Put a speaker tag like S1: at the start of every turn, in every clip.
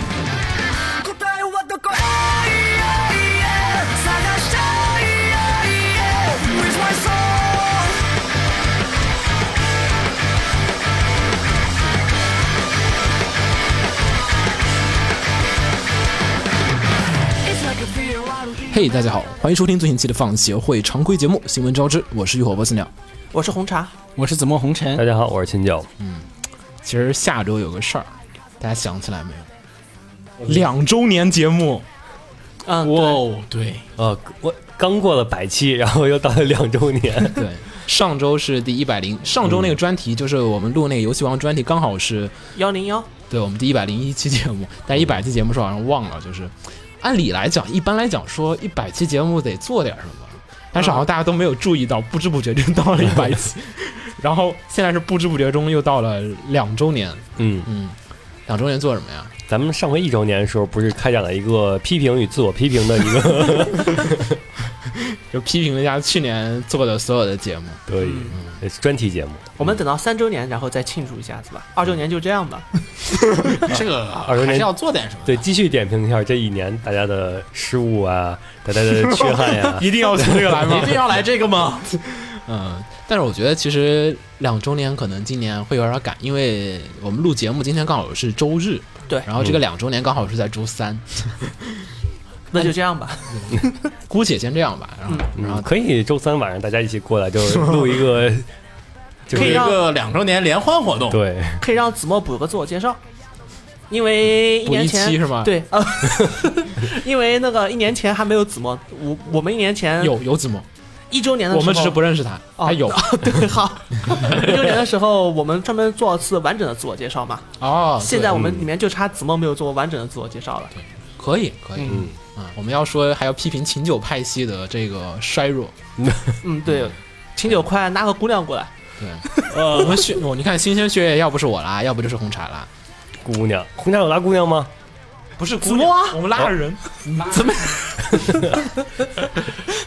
S1: 答えはどこいやいや探したいやいや With my soul
S2: 嘿、大家好，欢迎收听最新期的放协会常规节目《新闻招知》，我是浴火波斯鸟。哎
S3: 我是红茶，我是紫陌红
S4: 大
S3: 尘。
S4: 家好，我是秦九。
S2: 其实下周有个事儿，大家想起来没有？两周年节目，
S3: 嗯，
S2: 哇哦，对。
S4: 呃，我刚过了百期，然后又到了两周年
S2: 对，上周是第一百零，上周那
S5: 嗯
S2: 个专题就是我们录那个游戏王专题，刚好是
S3: 幺零幺，
S2: 对我们第一百零一期节目， 但一百期节目是好像忘了，就是按理来讲，一般来讲说一百期节目得做点什么，但是好像大家都没有注意到，不知不觉就 到了一百期，然后现在是不知不觉中又到了两周年，
S4: 嗯，
S2: 两周年做什么呀？
S4: 咱们上回一周年的时候，不是开展了一个批评与自我批评的一个
S2: 就批评了一下去年做的所有的节目，
S4: 对嗯专题节目？
S3: 我们等到三周年，然后再庆祝一下子吧。
S2: 嗯
S3: 二周年就这 样吧。
S5: 这个还
S4: 二周年
S5: 是要做点什么的。
S4: 对，继续点评一下这一年大家的失误啊，大家的缺憾呀、
S2: 一定要从这个来吗
S5: 一？定要来这个吗？
S2: 嗯，但是我觉得其实两周年可能今年会有点赶，因为我们录节目今天刚好是周日，
S3: 对
S2: 然后
S5: 嗯
S2: 这个两周年刚好是在周三，
S3: 那就这样吧。
S2: 姑且先这样吧，然后、然
S4: 嗯，
S2: 后
S4: 可以周三晚上大家一起过来，就是录一个， 就
S3: 可以
S5: 一
S4: 是
S3: 让
S5: 个两周年联欢活动，
S4: 对，
S3: 可以让子墨补个自我介绍，因为一
S2: 补
S3: 年
S2: 一
S3: 前
S2: 期是吗？，
S3: 对 啊，因为那个一年前还没有子墨，我我们一年前
S2: 有有子墨，
S3: 一周年的时
S2: 我
S3: 候，
S2: 们只是不认识他，
S3: 哦
S2: 他有
S3: 对好一周年的时候，我们专门做了次完整的自我介绍嘛。
S2: 哦。对
S3: 现在我们里面就差子墨没有做完整的自我介绍了。
S2: 可以可以，
S4: 嗯，
S2: 嗯，我们要说还要批评秦九派系的这个衰弱，
S3: 嗯，对，秦九快拉个姑娘过来。呃
S2: 我们血，我你看新鲜血液，要不是我啦，要不就是红茶啦，
S4: 姑娘，红茶有拉姑娘吗？
S2: 不是
S3: 子墨啊，
S2: 我们拉着人，怎么？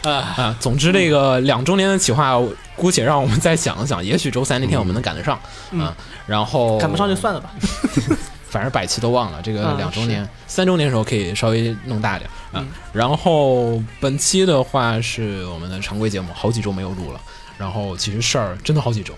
S2: 啊 啊！总之，那个两周年的企划，姑且让我们再想一想，也许周三那天我们能赶得上啊。然后
S3: 赶不上就，算了吧。
S2: 反正百期都忘了。这个
S3: 嗯
S2: 两周年、三周年的时候可以稍微弄大点啊。然后本期的话是我们的常规节目，好几周没有录了。然后其实事儿真的好几周。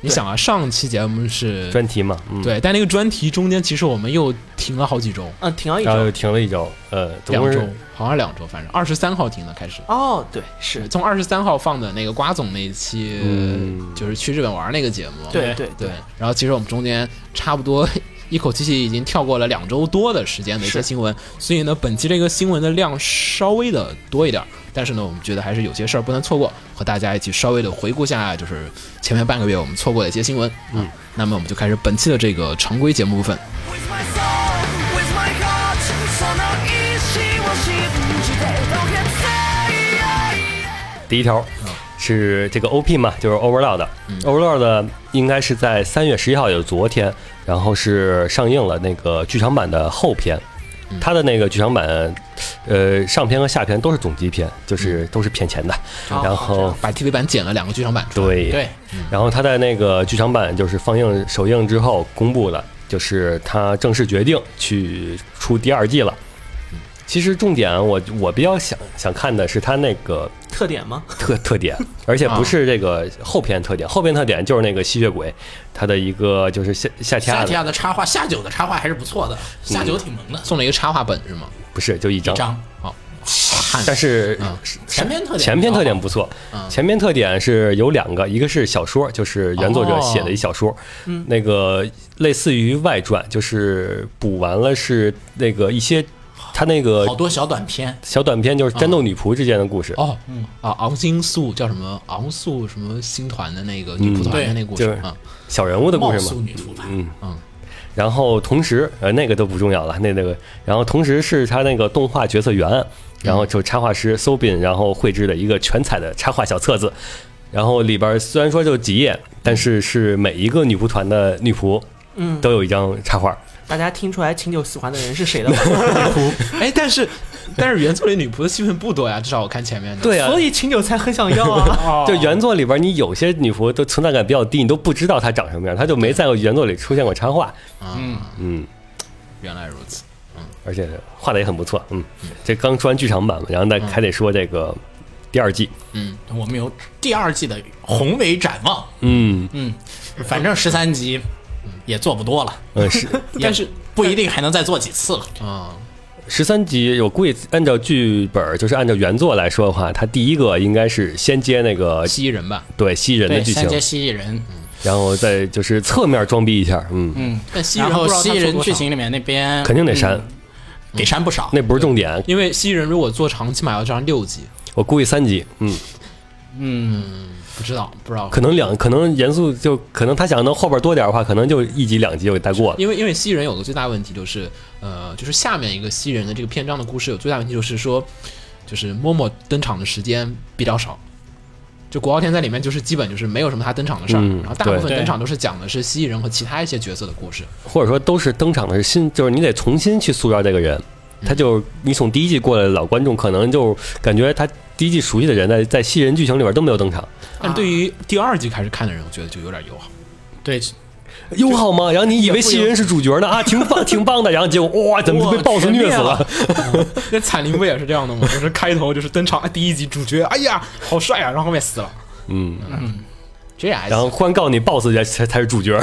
S2: 你想啊，上期节目是
S4: 专题嘛，嗯，，
S2: 对，但那个专题中间其实我们又停了好几周，
S3: 嗯，停了一
S4: 然后
S2: 哦
S3: 周
S4: 又。停了一周，呃，总
S2: 两
S4: 共
S2: 周
S4: 是，
S2: 好像两周，反正二十三号停的开始。
S3: 哦，对，是
S2: 对，从二十三号放的那个瓜总那一期，
S4: 嗯
S2: 就是去日本玩那个节目，
S3: 对对
S2: 对。然后其实我们中间差不多 一口气已经跳过了两周多的时间的一些新闻，所以呢，本期这个新闻的量稍微的多一点儿，但是呢，我们觉得还是有些事儿不能错过，和大家一起稍微的回顾下，就是前面半个月我们错过的一些新闻。嗯，那么我们就开始本期的这个常规节目部分。
S1: With my soul, with my heart その意志を信じて Don't get say
S4: 第一条是这个 OP 嘛，就是 Overlord。Overlord 应该是在三月十一号，也就是昨天，然后是上映了那个剧场版的后篇。它的那个剧场版，呃，上篇和下篇都是总集篇，就是都是骗钱的。
S3: 哦
S4: 然后
S2: 把 TV 版剪了两个剧场版出来。
S4: 对
S5: 对，
S4: 然后他在那个剧场版就是放映首映之后公布了，就是他正式决定去出第二季了。其实重点我我比较想想看的是他那个
S3: 特点吗？
S4: 特特点，而且不是这个后篇特点，后篇特点就是那个吸血鬼，他的一个就是夏夏天
S5: 夏
S4: 啊
S5: 提亚的插画，夏九的插画还是不错的，夏九挺萌的。
S2: 嗯送了一个插画本是吗？哦
S4: 不是就一张，
S5: 张嗯
S4: 但是
S5: 前篇特点，啊
S4: 前篇特点不错，
S5: 嗯
S4: 前篇特点是有两个，一个是小说，就是原作
S5: 哦
S4: 者写的一小说，
S5: 嗯
S4: 那个类似于外传，就是补完了是那个一些他那个
S5: 好嗯多小短片，
S4: 小短片，就是战斗女仆之间的故事，
S2: 哦，
S5: 嗯
S2: 啊，昂星素叫什么？昂素
S4: 嗯
S2: 什么星团的那个女仆团的那个故事
S4: 就是
S2: 啊，
S4: 小人物的故
S5: 貌
S4: 事
S5: 素
S4: 嘛。
S5: 女图吧，
S4: 嗯，然后同时，呃，那个都不重要了，那那个，然后同时是他那个动画角色员，然后就插画师 Sobin，然后绘制的一个全彩的插画小册子，然后里边虽然说就几页，但是是每一个女仆团的女仆，
S3: 嗯
S4: 都有一张插画，
S3: 大家听出来秦九喜欢的人是谁了吗？
S2: 哎，但是但是原作里女仆的戏份不多呀，至少我看前面 的。
S4: 对啊
S3: 所以秦九才很想 要啊。
S2: 哦，
S4: 就原作里边，你有些女仆的存在感比较低，你都不知道她长什么样，她就没在原作里出现过插画。
S2: 嗯，
S4: 嗯，
S2: 原来如此。
S4: 而且画的也很不错。嗯，这刚说完剧场版嘛，然后再还得说这个第二季。
S2: 嗯，
S5: 我们有第二季的宏伟展望。
S4: 嗯
S5: 嗯，反正十三集也做不多了，
S4: 呃，十
S5: 但是不一定还能再做几次了。
S2: 啊，
S4: 十三集，我估计按照剧本，就是按照原作来说的话，它第一个应该是先接那个
S2: 蜥蜴人吧。
S4: 对蜥蜴人的
S5: 对，
S4: 剧
S5: 先
S4: 情，
S5: 接蜥蜴人，
S4: 然后再就是侧面装逼一下。嗯，
S5: 嗯，
S2: 但蜥蜴
S5: 然
S2: 人
S5: 后
S2: 不知道
S5: 蜥
S2: 他
S5: 蜴
S2: 做
S5: 人
S2: 多
S5: 剧
S2: 少，
S5: 情里面那边
S4: 肯定得删，
S5: 嗯给删不少。
S4: 那不是重点。
S2: 因为蜥蜴人如果做长，起码要这样六集，
S4: 我估计三集。嗯，
S5: 嗯，
S2: 不知道不知道。
S4: 可能两，可能严肃就可能他想能后边多点的话，可能就一集两集就给带过
S5: 嗯
S4: 了。
S2: 因为因为蜥蜴人有个最大问题就是，呃，就是下面一个蜥蜴人的这个篇章的故事有最大问题就是说，就是默默登场的时间比较少。就国傲天在里面就是基本就是没有什么他登场的事儿，
S4: 嗯
S2: 然后大部分
S5: 对
S2: 登场都是讲的是蜥蜴人和其他一些角色的故事。
S4: 或者说都是登场的是新，就是你得重新去塑造这个人。
S5: 嗯
S4: 他就你从第一季过来的老观众，可能就感觉他第一季熟悉的人在在新人剧情里边都没有登场，
S2: 但是对于第二季开始看的人，我觉得就有点友好。
S5: 对，
S4: 有好吗？然后你以为新人是主角呢啊，挺 棒挺棒的，然后结果哇，怎么被
S3: 哇
S4: BOSS 虐死了？
S2: 那彩铃不也是这样的吗？就是开头就是登场哎第一集主角，哎呀好帅啊，然后后面死了，
S4: 嗯，
S2: 这也还
S4: 然后
S2: 行，
S4: 忽然告诉你 BOSS 才才才是主角，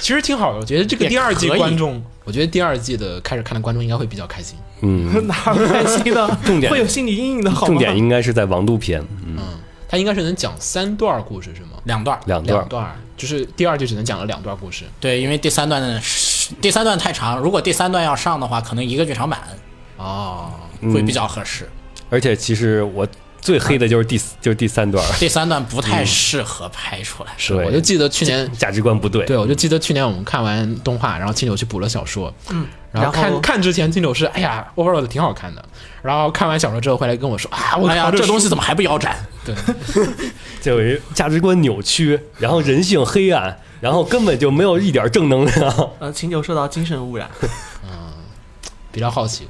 S2: 其实挺好的。我觉得这个第二季
S5: 也可以
S2: 观众，我觉得第二季的开始看的观众应该会比较开心。
S4: 嗯，
S3: 哪有开心的？
S4: 重点
S3: 会有心理阴影的，好吗？
S4: 重点应该是在王都篇，嗯，
S2: 嗯，他应该是能讲三段故事是吗？
S5: 两段儿。
S4: 两段
S2: 两
S4: 儿，
S2: 段儿，就是第二季只能讲了两段故事。
S5: 对，因为第三段第三段太长，如果第三段要上的话，可能一个剧场版
S2: 哦，
S4: 嗯
S5: 会比较合适。
S4: 而且其实我最黑的就是第四就是第三段儿，
S5: 第三段不太适合拍出来，是吧？
S4: 对
S2: 我就记得去年，
S4: 价值观不对，
S2: 对我就记得去年我们看完动画，然后金九去补了小说，嗯，然后
S3: 然
S2: 看
S3: 后
S2: 看之前金九是哎呀，overall 挺好看的，然后看完小说之后回来跟我说啊，我
S5: 哎呀，
S2: 靠，
S5: 这东西
S2: 书
S5: 怎么还不腰斩？
S2: 对，
S4: 就有一价值观扭曲，然后人性黑暗，然后根本就没有一点正能量。
S3: 呃，秦九受到精神污染，
S2: 比较好奇，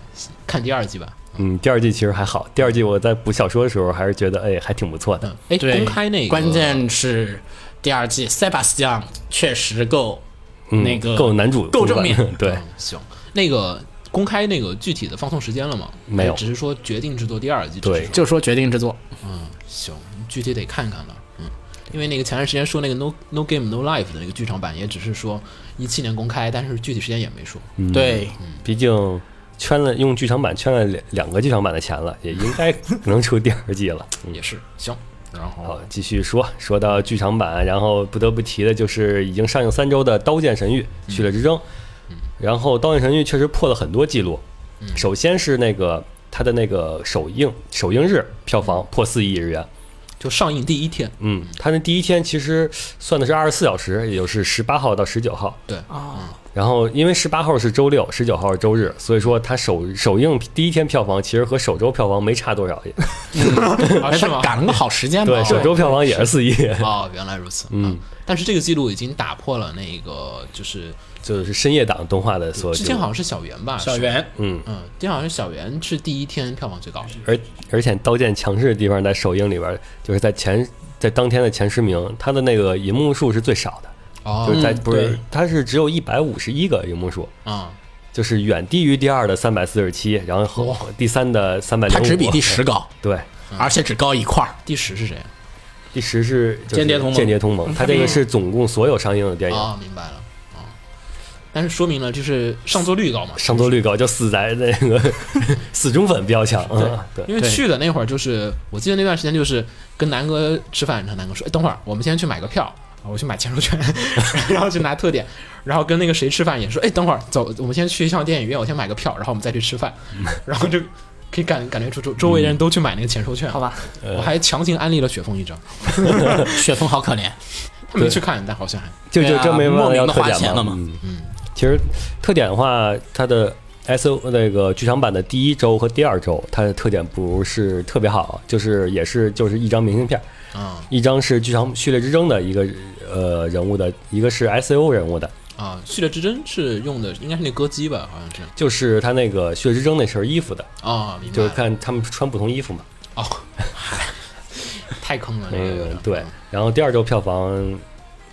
S2: 看第二季吧。
S4: 嗯，第二季其实还好，第二季我在补小说的时候还是觉得，哎，还挺不错的。
S2: 嗯，哎，
S5: 对，
S2: 公开那个
S5: 关键是第二季塞巴斯蒂昂确实够
S4: 嗯，
S5: 那个
S4: 够男主
S5: 够正面
S4: 主管 对
S2: 嗯，行，那个公开那个具体的放送时间了吗？
S4: 没有
S2: 只是说决定制作第二季。只是
S4: 对
S2: 说
S5: 就说决定制作，
S2: 行，具体得看看了。嗯，因为那个前段时间说那个 No No Game No Life 的那个剧场版，也只是说一七年公开，但是具体时间也没说。
S4: 嗯，
S5: 对，
S4: 毕竟圈了用剧场版圈了两两个剧场版的钱了，也应该能出第二季了。嗯
S2: 也是行，然后
S4: 好，继续说，说到剧场版，然后不得不提的就是已经上映三周的《刀剑神域：血血之争》，然后《刀剑神域》确实破了很多记录，首先是那个它的那个首映首映日票房破四亿日元，
S2: 就上映第 一天，
S4: 嗯，它那第一天其实算的是二十四小时，也就是十八号到十九号，
S2: 对
S3: 啊，
S4: 然后因为十八号是周六，十九号是周日，所以说它首首映第一天票房其实和首周票房没差多 少，也
S2: 啊是吗？
S5: 哎赶了个好时间嘛
S4: 对，。首周票房也是四亿，
S2: 哦，原来如此。嗯，但是这个记录已经打破了那个，就是
S4: 就是深夜档动画的所有
S2: 之
S4: 记
S2: 前
S4: 录。
S2: 好像是小圆吧，
S5: 小
S2: 是，
S5: 圆，
S4: 嗯，
S2: 嗯，之前好像是小圆是第一天票房最高，
S4: 而而且《刀剑》强势的地方在首映里边，就是在前在当天的前十名，它的那个银幕数是最少的，
S2: 哦
S4: 就是在不是
S5: 嗯对
S4: 它是只有一百五十一个银幕数，
S2: 啊，
S4: 就是远低于第二的三百四十七，然后
S2: 哇
S4: 第三的三百零
S5: 它
S4: 五，
S5: 只比第十高，
S4: 对。
S2: 嗯
S5: 而且只高 一块儿。
S2: 第十是谁
S4: 第十是就是
S5: 间谍同盟
S4: 间谍同 盟，它这个是总共所有上映的电影，
S2: 啊？明白了啊，但是说明了就是上座率高嘛，
S4: 上座率高，就死在那 个死忠粉比较强。嗯，对，
S2: 因为
S5: 对
S2: 去的那会儿就是，我记得那段时间就是跟南哥吃饭，然后南哥说：“哎，等会儿我们先去买个票啊，我去买签售券，然后去拿特点。”然后跟那个谁吃饭也说：“哎，等会儿走，我们先去一趟电影院，我先买个票，然后我们再去吃饭。”然后就可以感感觉出周周围人都去买那个签售券，
S3: 好吧，
S2: 我还强行安利了雪峰一张，
S5: 雪峰好可怜，
S2: 他没去看，但好像还
S4: 就就
S5: 对啊
S4: 真没办
S5: 莫
S4: 法
S5: 名
S4: 要
S5: 地
S4: 特
S5: 花钱
S4: 点
S5: 了
S4: 嘛
S5: 嘛。
S4: 嗯其实特点的话，它的 S O 那个剧场版的第一周和第二周，它的特点不是特别好，就是也是就是一张明信片儿，
S2: 啊
S4: 一张是剧场序列之争的一个呃人物的，一个是 S O 人物的，
S2: 啊！序列之争是用的应该是那歌姬吧，好像是
S4: 就是他那个序列之争那身衣服的，
S2: 啊，明白
S4: 就是
S2: 了
S4: 看他们穿不同衣服嘛。
S2: 哦，嗨太坑了，这个有
S4: 嗯
S2: 点，
S4: 对。然后第二周票房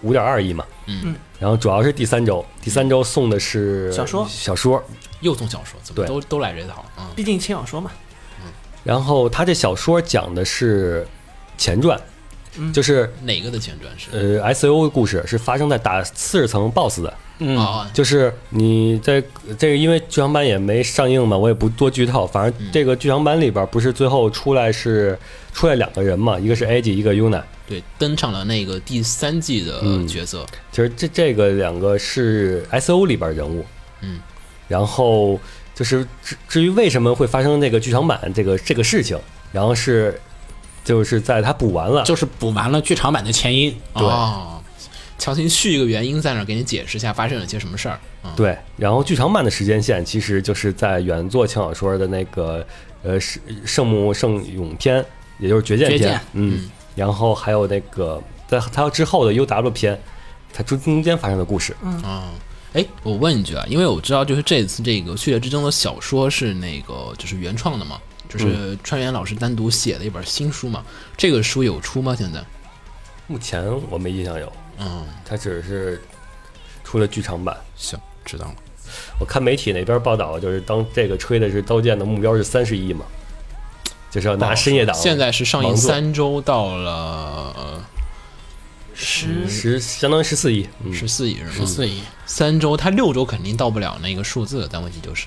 S4: 五点二亿嘛，
S2: 嗯，
S4: 然后主要是第三周，第三周送的是
S3: 小说
S4: 小说。
S2: 又送小说，怎么
S4: 对
S2: 都都来这套
S5: 嗯
S2: 啊？
S3: 毕竟轻小说嘛，
S4: 然后他这小说讲的是前传，
S3: 嗯
S4: 就是
S2: 哪个的前传是？
S4: 呃 S O 的故事是发生在打四十层 BOSS 的，
S2: 啊
S5: 嗯，
S2: 啊，
S4: 就是你在这个因为剧场版也没上映嘛，我也不多剧透，反
S2: 嗯
S4: 正这个剧场版里边不是最后出来是出来两个人嘛，一个是 A G，一个 Yuna。
S2: 对，登场了那个第三季的
S4: 嗯
S2: 角色，
S4: 其实这这个两个是 S O 里边人物，
S2: 嗯，
S4: 然后就是至至于为什么会发生这个剧场版这个这个事情，然后是就是在他补完了，
S5: 就是补完了剧场版的前因。
S4: 对
S2: 哦，强行续一个原因在那儿给你解释一下发生了些什么事儿啊？
S4: 对，然后剧场版的时间线其实就是在原作轻小说的那个呃圣圣母圣咏篇，也就是绝剑
S5: 绝
S4: 篇，
S5: 剑
S4: 嗯，
S2: 嗯
S4: 然后还有那个在它之后的 UW 篇，它中中间发生的故事，
S2: 啊。哎，我问一句啊，因为我知道，就是这次这个《序列之争》的小说是那个就是原创的嘛，
S5: 嗯
S2: 就是川原老师单独写的一本新书嘛。这个书有出吗？现在？
S4: 目前我没印象有，
S2: 嗯，
S4: 它只是出了剧场版。
S2: 行，知道了。
S4: 我看媒体那边报道，就是当这个吹的是刀剑的目标是三十亿嘛，就是要拿深夜档，
S2: 现在是上映
S4: 忙做
S2: 三周，到了呃
S5: 嗯
S3: 十
S4: 十相当于十四亿，嗯，
S2: 十四亿是
S5: 十
S2: 吗？
S5: 四亿，
S2: 三周，它六周肯定到不了那个数字，但问题就是，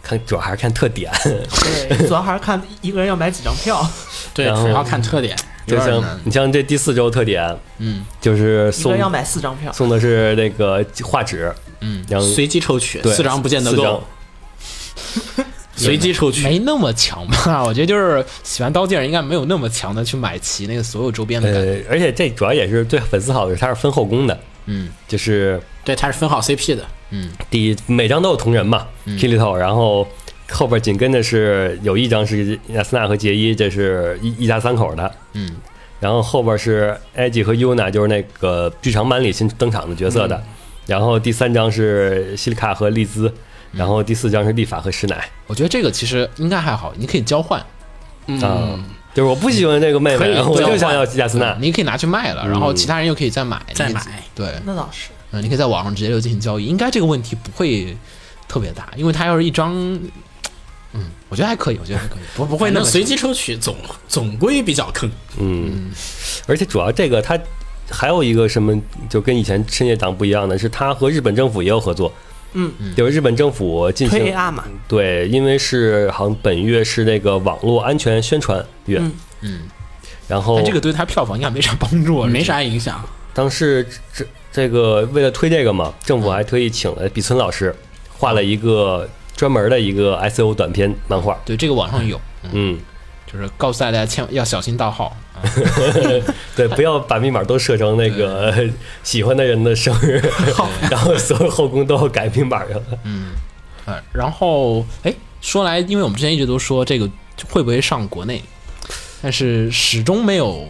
S4: 看主要还是看特点，
S3: 对，主要还是看一个人要买几张票。
S5: 对，
S4: 然后
S5: 主要看特点。
S2: 有
S4: 就
S2: 点
S4: 像
S2: 难
S4: 你像这第四周特点
S2: 嗯
S4: 就是
S3: 一个
S4: 送
S3: 人要买四张票，
S4: 送的是那个画纸，
S2: 嗯，
S4: 然后
S5: 随机抽取，
S4: 对
S5: 四张不见得
S4: 四
S5: 够
S4: 张，
S5: 随机抽取。
S2: 没那么强吧？ 我觉得就是喜欢刀剑人应该没有那么强的去买齐那个所有周边
S5: 哎
S2: 的感觉。
S4: 呃，而且这主要也是对粉丝好的是，它是分后宫的，
S2: 嗯
S4: 就是
S5: 对，它是分好 CP 的。
S2: 嗯
S4: 第一每张都有同人嘛、k i l i t o 然后后边紧跟着是有一张是亚斯娜和杰伊，这是一一家三口的，
S2: 嗯，
S4: 然后后边是埃及和 Yuna，就是那个剧场版里新登场的角色的。然后第三张是希利卡和丽兹，然后第四张是丽法和石乃。
S2: 我觉得这个其实应该还好，你可以交换，
S4: 啊、就是我不喜欢这个妹
S5: 可以
S4: 妹，我
S5: 交
S4: 就
S5: 换
S4: 想要亚斯娜。
S2: 你可以拿去卖了，然后其他人又可以再买，
S5: 嗯再
S2: 你可以
S5: 买。
S2: 对，
S3: 那倒是。
S2: 嗯，你可以在网上直接就进行交易，应该这个问题不会特别大，因为它要是一张，嗯，我觉得还可以，我觉得还可以，不不会
S5: 反
S2: 那
S5: 正
S2: 么
S5: 随机抽取总总归比较坑。
S4: 嗯，而且主要这个它还有一个什么，就跟以前深夜档不一样的是，它和日本政府也有合作。
S3: 嗯，
S4: 就是日本政府进
S3: 推
S4: 行嗯
S3: AR 嘛，
S4: 对，因为是好像本月是那个网络安全宣传月，
S3: 嗯
S2: 嗯，
S4: 然后
S2: 但这个对他票房应该没啥帮助，
S5: 没。啥影响，
S4: 当时这这个为了推这个嘛，政府还特意请了比村老师画了一个专门的一个 S O 短篇漫画，
S2: 对，这个网上有，
S4: 嗯，
S2: 就是告诉大家千万要小心盗号，
S4: 对，不要把密码都设成那个
S2: 嗯
S4: 喜欢的人的生日， 然后所有后宫都要改密码了。
S2: 嗯，然后哎，说来，因为我们之前一直都说这个会不会上国内，但是始终没有，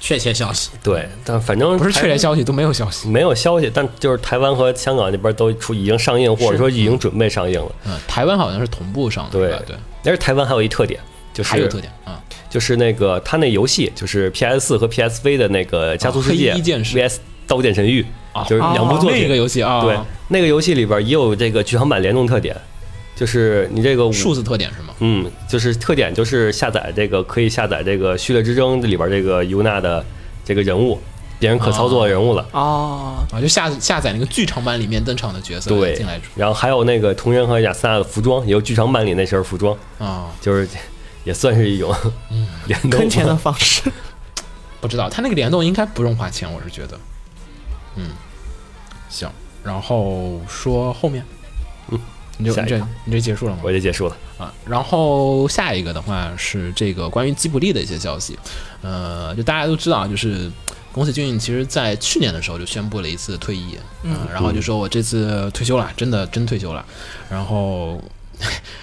S5: 确切消息。
S4: 对，但反正
S2: 不是确
S4: 台
S2: 认消息都没有消息。
S4: 没有消息，但就是台湾和香港那边都出已经上映，或者说已经准备上映了。
S2: 嗯，台湾好像是同步上的，
S4: 对
S2: 吧？对，
S4: 但是台湾还有一特点，就是
S2: 还有特点啊，
S4: 就是那个它那游戏，就是 PS 四和 PSV 的那个《加速世界
S2: 哦》黑衣剑士
S4: VS《刀剑神域
S2: 哦》，
S4: 就是两部作
S2: 另一个
S4: 品。
S2: 游戏啊，
S4: 对，那个游戏里边也有这个剧场版联动特点，就是你这个武
S2: 数字特点是吗？
S4: 嗯，就是特点就是下载这个可以下载这个《序列之争》里边这个尤娜的这个人物，别人可操作的人物了。
S3: 哦，
S2: 啊，就下下载那个剧场版里面登场的角色
S4: 对
S2: 进来
S4: 然后还有那个同人和雅斯娜的服装，也有剧场版里那身服装，
S2: 啊，
S4: 就是也算是一种
S2: 嗯
S4: 联动吧。
S3: 坑钱的方 式。
S2: 不知道他那个联动应该不用花钱，我是觉得，嗯，行，然后说后面，嗯，你就
S4: 下
S2: 你
S4: 一个
S2: 这你这结束了吗？
S4: 我就结束了。
S2: 啊，然后下一个的话是这个关于吉卜力的一些消息，呃，就大家都知道，就是宫崎骏其实在去年的时候就宣布了一次退役，嗯，然后就说我这次退休了，真的真退休了，然后。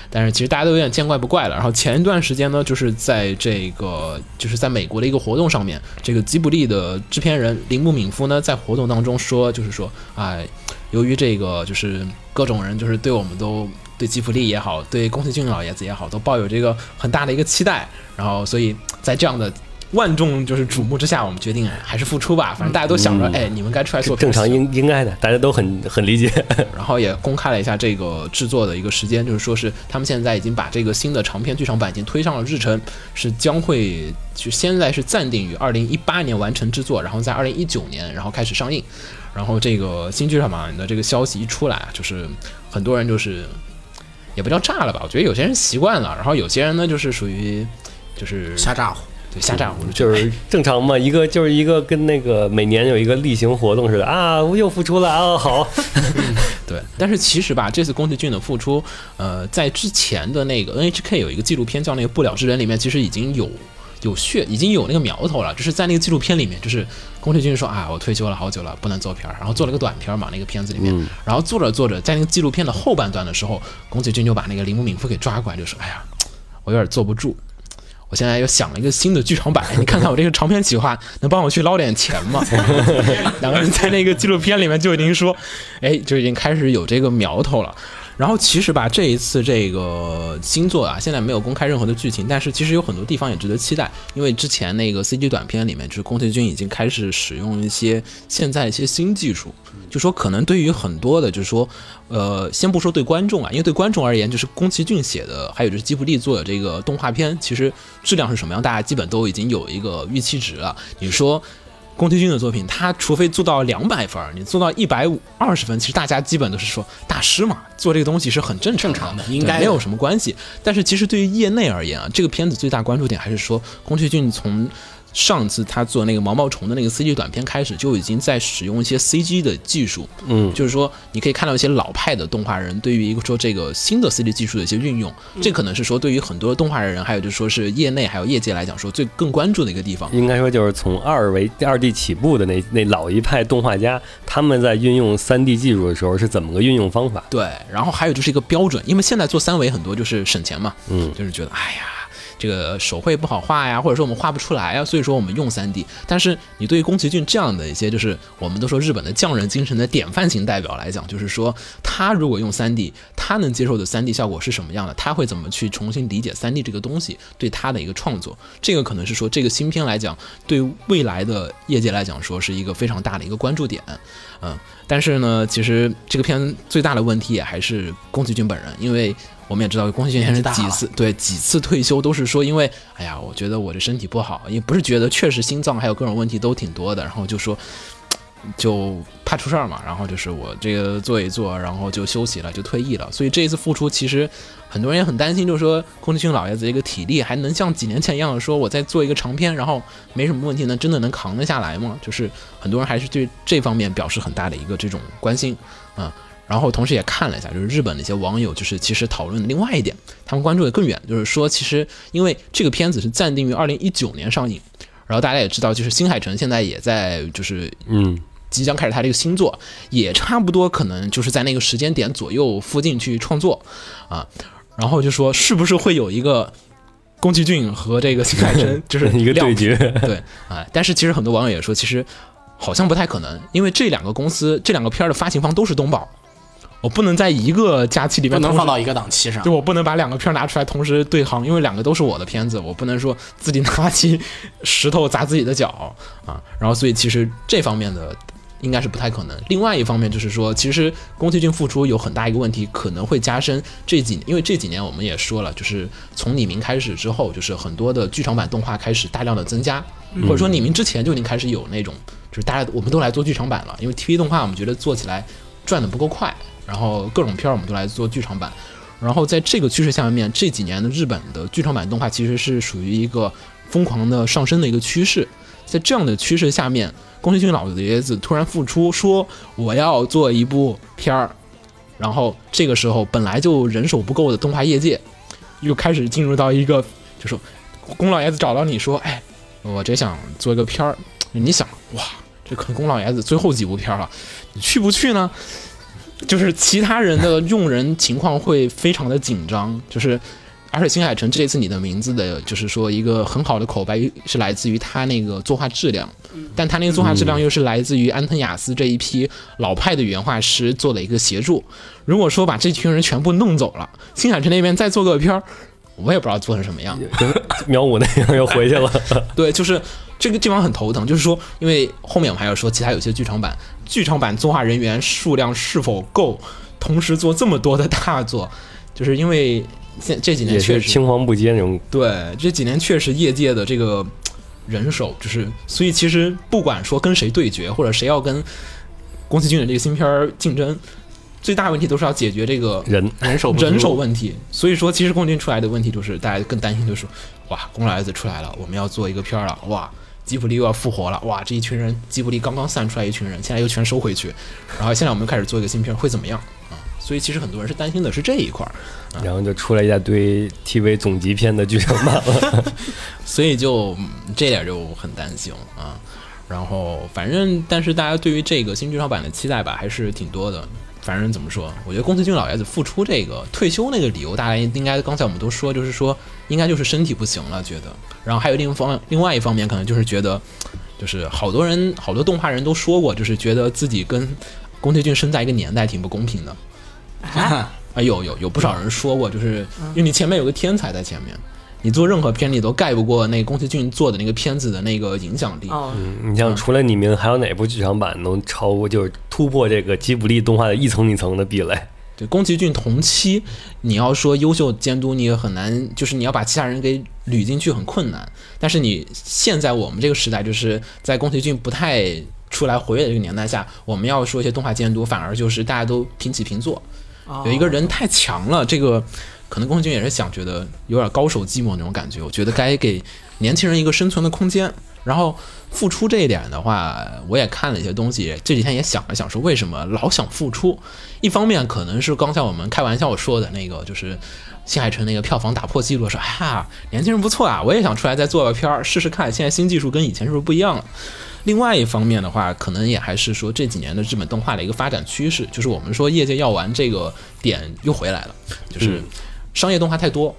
S2: 但是其实大家都有点见怪不怪了。然后前一段时间呢，就是在这个就是在美国的一个活动上面，这个吉卜力的制片人铃木敏夫呢，在活动当中说，就是说，哎，由于这个就是各种人就是对我们都对吉卜力也好，对宫崎骏老爷子也好，都抱有这个很大的一个期待，然后所以在这样的。万众就是瞩目之下，我们决定哎还是复出吧。反正大家都想着，哎，你们该出来做
S4: 正
S2: 片子
S4: 常应应该的，大家都很很理解。
S2: 然后也公开了一下这个制作的一个时间，就是说是他们现在已经把这个新的长片剧场版已经推上了日程，是将会就现在是暂定于二零一八年完成制作，然后在二零一九年然后开始上映。然后这个新剧场版的这个消息一出来，就是很多人就是也不叫炸了吧，我觉得有些人习惯了，然后有些人呢就是属于就是
S5: 瞎咋呼。
S2: 对瞎炸呼，就
S4: 就是正常嘛，一个就是一个跟那个每年有一个例行活动似的啊，我又复出了啊，好，
S2: 对，但是其实吧，这次宫崎骏的复出，呃，在之前的那个 NHK 有一个纪录片叫那个《不了之人》，里面其实已经有有血，已经有那个苗头了。就是在那个纪录片里面，就是宫崎骏说啊，我退休了好久了，不能做片儿，然后做了个短片儿嘛，那个片子里面，然后做着做着，在那个纪录片的后半段的时候，宫崎骏就把那个铃木敏夫给抓过来，就说，哎呀，我有点坐不住。我现在又想了一个新的剧场版，你看看我这个长篇企划 能帮我去捞点钱吗？ 两个人在那个纪录片里面就已经说，哎，就已经开始有这个苗头了。然后其实吧，这一次这个新作啊，现在没有公开任何的剧情，但是其实有很多地方也值得期待，因为之前那个 CG 短片里面，就是宫崎骏已经开始使用一些现在一些新技术，就说可能对于很多的，就是说，呃，先不说对观众啊，因为对观众而言，就是宫崎骏写的，还有就是吉卜力做的这个动画片，其实质量是什么样，大家基本都已经有一个预期值了。你说宫崎骏的作品，他除非做到两百分儿，你做到一百二十分，其实大家基本都是说大师嘛，做这个东西是很正常的，
S5: 正常的
S2: 对
S5: 应该的
S2: 没有什么关系。但是其实对于业内而言啊，这个片子最大关注点还是说宫崎骏从。上次他做那个毛毛虫的那个 CG 短片开始，就已经在使用一些 CG 的技术，嗯，就是说你可以看到一些老派的动画人对于一个说这个新的 CG 技术的一些运用，
S5: 嗯
S2: 这可能是说对于很多动画人，还有就是说是业内还有业界来讲说最更关注的一个地方。
S4: 应该说就是从二维二 D 起步的那那老一派动画家，他们在运用三 D 技术的时候是怎么个运用方法？
S2: 对，然后还有就是一个标准，因为现在做三维很多就是省钱嘛，嗯，就是觉得哎呀，这个手绘不好画呀，或者说我们画不出来呀，啊所以说我们用三 D。但是你对于宫崎骏这样的一些，就是我们都说日本的匠人精神的典范型代表来讲，就是说他如果用三 D，他能接受的三 D 效果是什么样的？他会怎么去重新理解三 D 这个东西对他的一个创作？这个可能是说这个新片来讲，对未来的业界来讲说是一个非常大的一个关注点。嗯，但是呢，其实这个片最大的问题也还是宫崎骏本人，因为我们也知道宫崎骏先生
S5: 年纪大
S2: 几
S5: 了
S2: 次对几次退休都是说，因为哎呀，我觉得我这身体不好，也不是觉得确实心脏还有各种问题都挺多的，然后就说。就怕出事儿嘛，然后就是我这个做一做，然后就休息了，就退役了。所以这一次复出，其实很多人也很担心，就是说宫崎骏老爷子这个体力还能像几年前一样，说我再做一个长片，然后没什么问题呢？真的能扛得下来吗？就是很多人还是对这方面表示很大的一个这种关心啊。然后同时也看了一下，就是日本的一些网友，就是其实讨论的另外一点，他们关注的更远，就是说其实因为这个片子是暂定于二零一九年上映，然后大家也知道，就是新海诚现在也在就是
S4: 嗯，
S2: 即将开始他这个新作，也差不多可能就是在那个时间点左右附近去创作啊。然后就说是不是会有一个宫崎骏和这个新海 诚就是
S4: 一个
S2: 亮
S4: 对决，
S2: 对啊，但是其实很多网友也说，其实好像不太可能，因为这两个公司这两个片儿的发行方都是东宝，我不能在一个假期里
S5: 不
S2: 面
S5: 能
S2: 同时
S5: 放到一个档期上
S2: 对，。我不能把两个片儿拿出来同时对行，因为两个都是我的片子，我不能说自己拿起石头砸自己的脚啊。然后，所以其实这方面的应该是不太可能。另外一方面就是说，其实宫崎骏复出有很大一个问题，可能会加深这几，因为这几年我们也说了，就是从李明开始之后，就是很多的剧场版动画开始大量的增加，或者说李明之前就已经开始有那种，就是大家我们都来做剧场版了，因为 TV 动画我们觉得做起来赚的不够快，然后各种片儿我们都来做剧场版。然后在这个趋势下面，这几年的日本的剧场版动画其实是属于一个疯狂的上升的一个趋势。在这样的趋势下面，宫崎骏老爷子突然复出，说我要做一部片儿，然后这个时候本来就人手不够的动画业界，又开始进入到一个就是宫老爷子找到你说，哎，我这想做一个片儿，你想哇，这可能宫老爷子最后几部片儿了，你去不去呢？就是其他人的用人情况会非常的紧张， 就是。而且新海诚这次你的名字的，就是说一个很好的口碑是来自于他那个作画质量，但他那个作画质量又是来自于安藤雅思这一批老派的原画师做的一个协助。如果说把这群人全部弄走了，新海诚那边再做个片儿，我也不知道做成什么样。
S4: 苗五那样又回去了，
S2: 对，就是这个地方很头疼，就是说，因为后面我们还要说其他有些剧场版，剧场版作画人员数量是否够，同时做这么多的大作，就是因为现这几年
S4: 也
S2: 确
S4: 是
S2: 实
S4: 青黄不接那种。
S2: 对这几年确实业界的这个人手，就是所以其实不管说跟谁对决，或者谁要跟宫崎骏的这个新片儿竞争，最大问题都是要解决这个
S4: 人
S3: 人手不足
S2: 人手问题。所以说，其实宫崎骏出来的问题就是，大家更担心就是，哇，宫老爷子出来了，我们要做一个片儿了，哇，吉卜力又要复活了，哇，这一群人，吉卜力刚刚散出来一群人，现在又全收回去，然后现在我们又开始做一个新片儿，会怎么样啊？所以其实很多人是担心的是这一块儿，
S4: 然后就出来一大堆 TV 总集篇的剧场版 了。
S2: 所以就嗯这点就很担心啊。然后反正，但是大家对于这个新剧场版的期待吧，还是挺多的。反正怎么说，我觉得宫崎骏老爷子复出这个退休那个理由，大家应该刚才我们都说，就是说应该就是身体不行了，觉得。然后还有另一方另外一方面，可能就是觉得，就是好多人好多动画人都说过，就是觉得自己跟宫崎骏生在一个年代挺不公平的。啊，有有有不少人说过，就是因为你前面有个天才在前面，你做任何片你都盖不过那宫崎骏做的那个片子的那个影响力。
S3: 哦，
S4: 你像除了你们，还有哪部剧场版能超过，就是突破这个吉卜力动画的一层一层的壁垒？
S2: 对，宫崎骏同期，你要说优秀监督，你也很难，就是你要把其他人给捋进去很困难。但是你现在我们这个时代，就是在宫崎骏不太出来活跃的这个年代下，我们要说一些动画监督，反而就是大家都平起平坐。
S3: 哦
S2: 有一个人太强了，这个可能宫崎骏也是想觉得有点高手寂寞那种感觉。我觉得该给年轻人一个生存的空间。然后付出这一点的话，我也看了一些东西，这几天也想了想，说为什么老想付出？一方面可能是刚才我们开玩笑说的那个，就是新海诚那个票房打破记录，说啊，年轻人不错啊，我也想出来再做个片儿试试看，现在新技术跟以前是不是不一样了？另外一方面的话，可能也还是说这几年的日本动画的一个发展趋势，就是我们说业界药丸这个点又回来了，就是商业动画太多。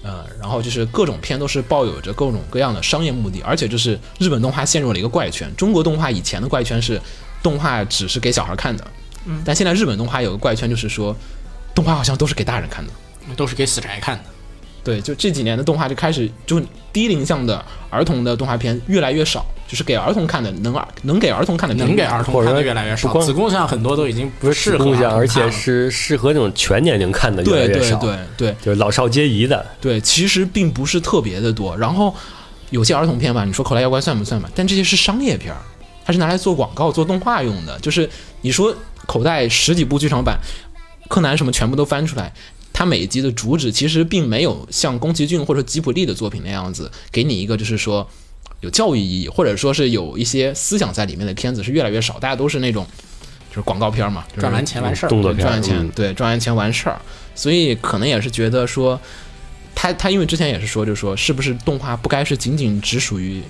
S2: 呃，然后就是各种片都是抱有着各种各样的商业目的，而且就是日本动画陷入了一个怪圈。中国动画以前的怪圈是动画只是给小孩看的，但现在日本动画有个怪圈，就是说动画好像都是给大人看的。
S5: 都是给死宅看的。
S2: 对，就这几年的动画就开始就低龄向的儿童的动画片越来越少，就是给儿童看的能儿能给儿童看的片
S5: 能给儿童看的越来越
S4: 不
S5: 少，
S4: 光
S5: 子宫上很多都已经不适
S2: 啊
S5: 合
S4: 贡
S5: 儿童
S4: 献，
S5: 看了，
S4: 而且是适合那种全年龄看的越来
S2: 对
S4: 越
S2: 对
S4: 少，
S2: 对对
S4: 就是老少皆宜的。
S2: 对，其实并不是特别的多。然后有些儿童片吧，你说口袋妖怪算不算吧？但这些是商业片儿，它是拿来做广告、做动画用的。就是你说口袋十几部剧场版，柯南什么全部都翻出来。它每一集的主旨其实并没有像宫崎骏或者吉卜力的作品那样子，给你一个就是说有教育意义，或者说是有一些思想在里面的片子是越来越少，大家都是那种就是广告片儿嘛，就是
S5: 赚完钱完事儿。
S4: 动作片
S2: 赚完钱，
S4: 嗯
S2: 对，赚完钱完事儿，所以可能也是觉得说，他他因为之前也是说，就说是不是动画不该是仅仅只属于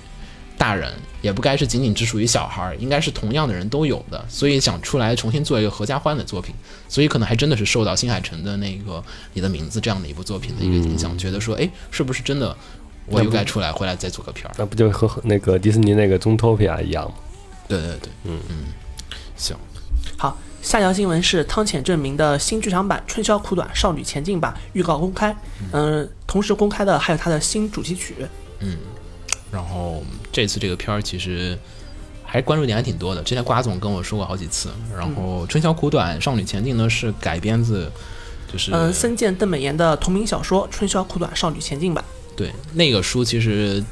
S2: 大人，也不该是仅仅只属于小孩儿，应该是同样的人都有的，所以想出来重新做一个合家欢的作品，所以可能还真的是受到新海诚的那个《你的名字》这样的一部作品的一个影响，觉得说，哎，是不是真的我又该出来回来再做个片儿？
S4: 那不就和和那个迪士尼那个《Zootopia》一样吗？
S2: 对对对，嗯嗯，行，
S3: 好，下条新闻是汤浅证明的新剧场版《春宵苦短，少女前进吧》预告公开。嗯、同时公开的还有他的新主题曲。
S2: 然后这次这个片儿其实还关注点还挺多的，之前瓜总跟我说过好几次。然后《春宵苦短，少女前进》呢是改编自就是、
S3: 嗯、森见邓美彦的同名小说《春宵苦短，少女前进吧》。
S2: 对那个书其实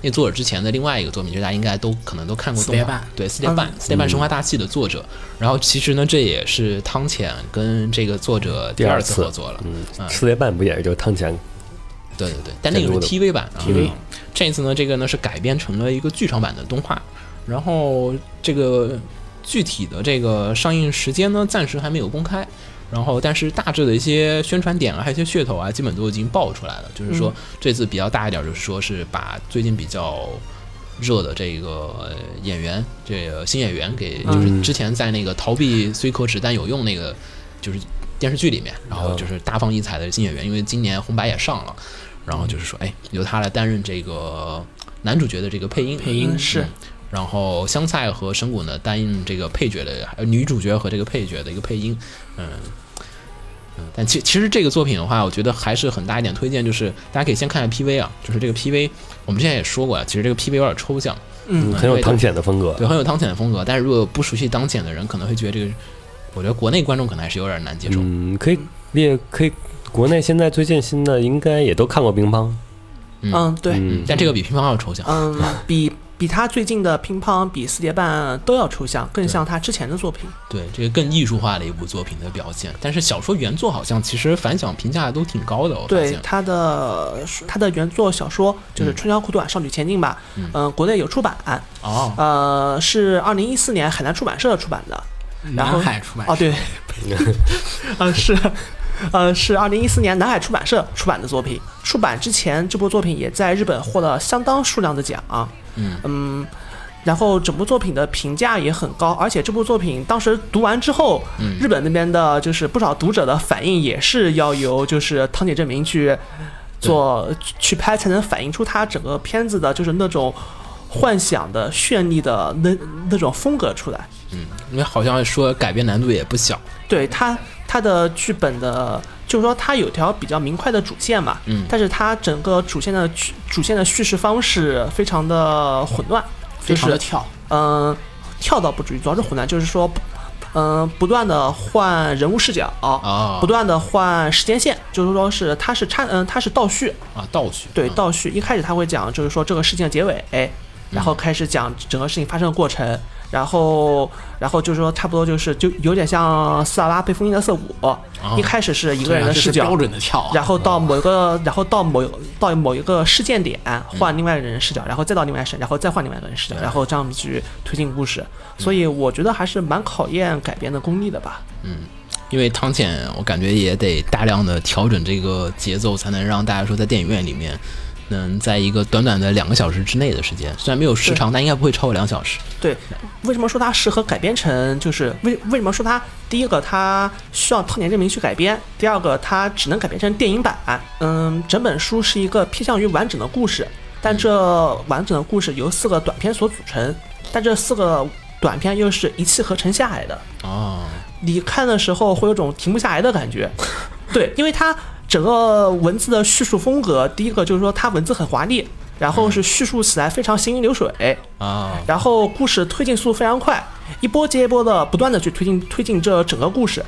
S2: 那作者之前的另外一个作品，就是大家应该都可能都看过
S5: 四
S2: 动画
S5: 叠半
S2: 对四点半
S3: 嗯
S2: 四点半神话大戏的作者。然后其实呢，这也是汤浅跟这个作者
S4: 第
S2: 第
S4: 二
S2: 二次
S4: 次
S2: 合作了。
S4: 嗯，四叠半不也是就是汤浅
S2: 对对对，但那个是
S4: 监督的
S2: TV 版啊。TV 这次呢，这个呢是改编成了一个剧场版的动画，然后这个具体的这个上映时间呢，暂时还没有公开。然后，但是大致的一些宣传点啊，还有一些噱头啊，基本都已经爆出来了。就是说，这次比较大一点，就是说是把最近比较热的这个呃演员，这个新演员给就是嗯之前在那个逃避虽可耻但有用那个就是电视剧里面，然后就是大放异彩的新演员，因为今年红白也上了，然后就是说，哎，由他来担任这个男主角的这个配音，配
S3: 音是
S2: 嗯然后香菜和神谷呢担任这个配角的呃女主角和这个配角的一个配音，嗯。嗯，但其其实这个作品的话，我觉得还是很大一点推荐，就是大家可以先看看 PV 啊，就是这个 PV，我们之前也说过啊，其实这个 PV 有点抽象，
S4: 嗯很有唐浅的风格。
S2: 对，很有当前的风格，但是如果不熟悉当前的人，可能会觉得这个，我觉得国内观众可能还是有点难接受。
S4: 嗯，可以列可以，国内现在最近新的应该也都看过乒乓。
S3: 嗯，对，
S4: 嗯，
S2: 但这个比乒乓要抽象，
S3: 嗯，比比他最近的乒乓比四叠半都要抽象，更像他之前的作品。
S2: 对，这个更艺术化的一部作品的表现。但是小说原作好像其实反响评价都挺高的，我发
S3: 对
S2: 现。嗯
S3: 他的他的原作小说就是《春宵苦短，少女前进吧》，嗯，国内有出版，
S2: 哦，
S3: 呃，是二零一四年海南出版社出版的。然后
S5: 南海出版社
S3: 哦，
S2: 啊
S3: 对，啊是，呃是二零一四年南海出版社出版的作品。出版之前，这部作品也在日本获了相当数量的奖、啊
S2: 嗯
S3: 然后整部作品的评价也很高，而且这部作品当时读完之后，日本那边的就是不少读者的反应也是要由就是汤浅证明去做去拍，才能反映出他整个片子的就是那种幻想的绚丽的那那种风格出来。
S2: 因为好像说改编难度也不小。
S3: 对他他的剧本的，就是说他有条比较明快的主线嘛，
S2: 嗯
S3: 但是他整个主线的剧主线的叙事方式非常的混乱，
S5: 非
S3: 就是
S5: 常的跳，
S3: 嗯、跳倒不至于，主要是混乱，就是说，嗯、不断的换人物视角，
S2: 哦
S3: 不断的换时间线，就是说是它是插，嗯、它是倒叙，
S2: 啊，倒叙。
S3: 对
S5: 嗯
S2: 啊，
S3: 倒叙一开始他会讲，就是说这个事情的结尾，哎然
S5: 嗯
S3: 后开始讲整个事情发生的过程，然后然后就是说差不多就是就有点像斯拉拉被封印的色舞，一开始是一个
S5: 啊对
S3: 人
S5: 啊，
S3: 的
S5: 这是
S3: 视角
S5: 标，准的跳啊。
S3: 然后到某一个，然后到某到某一个事件点
S5: 嗯
S3: 换另外一个人视角，然后再到另外一个人，然后再换另外一个人视角，然后这样子去推进故事，所以
S5: 嗯
S3: 我觉得还是蛮考验改编的功力的吧。
S2: 因为汤浅，我感觉也得大量的调整这个节奏，才能让大家说在电影院里面，能在一个短短的两个小时之内的时间，虽然没有时长，但应该不会超过两小时。
S3: 对，为什么说它适合改编成？就是为为什么说它第一个它需要汤浅证明去改编，第二个它只能改编成电影版。嗯，整本书是一个偏向于完整的故事，但这完整的故事由四个短片所组成，但这四个短片又是一气呵成下来的。
S2: 哦，
S3: 你看的时候会有种停不下来的感觉。对，因为它整个文字的叙述风格，第一个就是说它文字很华丽，然后是叙述起来非常行云流水，
S2: 啊，
S3: 然后故事推进速度非常快，一波接一波的不断的去推进推进这整个故事。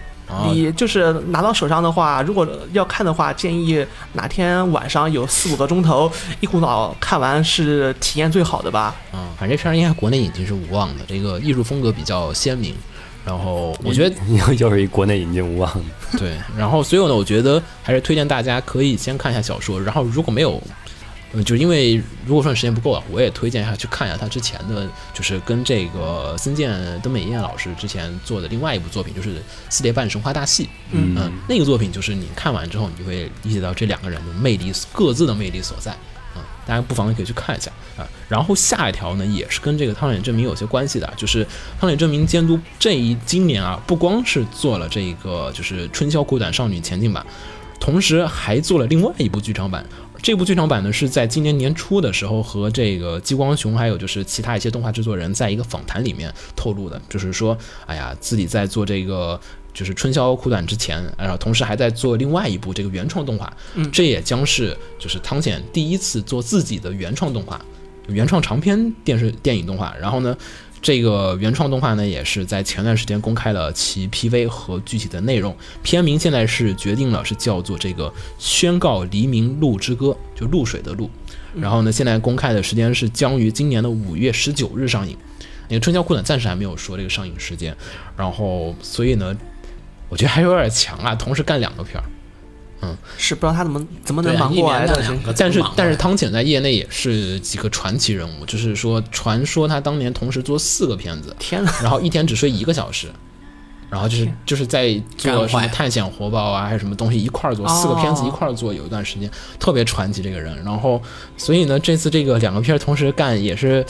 S3: 你就是拿到手上的话，如果要看的话，建议哪天晚上有四五个钟头，一股脑看完是体验最好的吧。
S2: 嗯，反正这片儿应该国内引进是无望的，这个艺术风格比较鲜明。然后我觉得
S4: 又又是一国内引进无望的。
S2: 对，然后所以呢，我觉得还是推荐大家可以先看一下小说，然后如果没有，呃，就是因为如果说你时间不够啊，我也推荐一下去看一下他之前的，就是跟这个森见登美彦老师之前做的另外一部作品，就是《四叠半神话大戏》。嗯那个作品就是你看完之后，你就会理解到这两个人的魅力各自的魅力所在。啊，大家不妨也可以去看一下啊。然后下一条呢，也是跟这个汤浅证明有些关系的啊，就是汤浅证明监督这一今年啊，不光是做了这个就是《春宵苦短少女前进版》，同时还做了另外一部剧场版。这部剧场版呢是在今年年初的时候和这个激光熊还有就是其他一些动画制作人在一个访谈里面透露的，就是说，哎呀，自己在做这个就是春宵苦短之前，然后同时还在做另外一部这个原创动画，这也将是就是汤浅第一次做自己的原创动画，原创长篇电视电影动画。然后呢，这个原创动画呢也是在前段时间公开了其 PV 和具体的内容，片名现在是决定了是叫做这个《宣告黎明路之歌》，就露水的露。然后呢，现在公开的时间是将于今年的五月十九日上映。那个《春宵苦短》暂时还没有说这个上映时间，然后所以呢，我觉得还有点强啊，同时干两个片儿。
S3: 是不知道他怎么怎么
S5: 对
S3: 能
S5: 啊，
S3: 忙
S5: 一
S3: 过
S5: 年
S3: 来
S5: 的
S3: 的。
S5: 两个，啊
S2: 但是但是汤浅在业内也是几个传奇人物，就是说传说他当年同时做四个片子，
S3: 天呐，
S2: 然后一天只睡一个小时，然后就是就是在做
S5: 干
S2: 什么
S5: 坏
S2: 探险活宝啊，还有什么东西一块儿做，四个片子一块儿做，有一段时间特别传奇这个人。然后，所以呢，这次这个两个片儿同时干也是，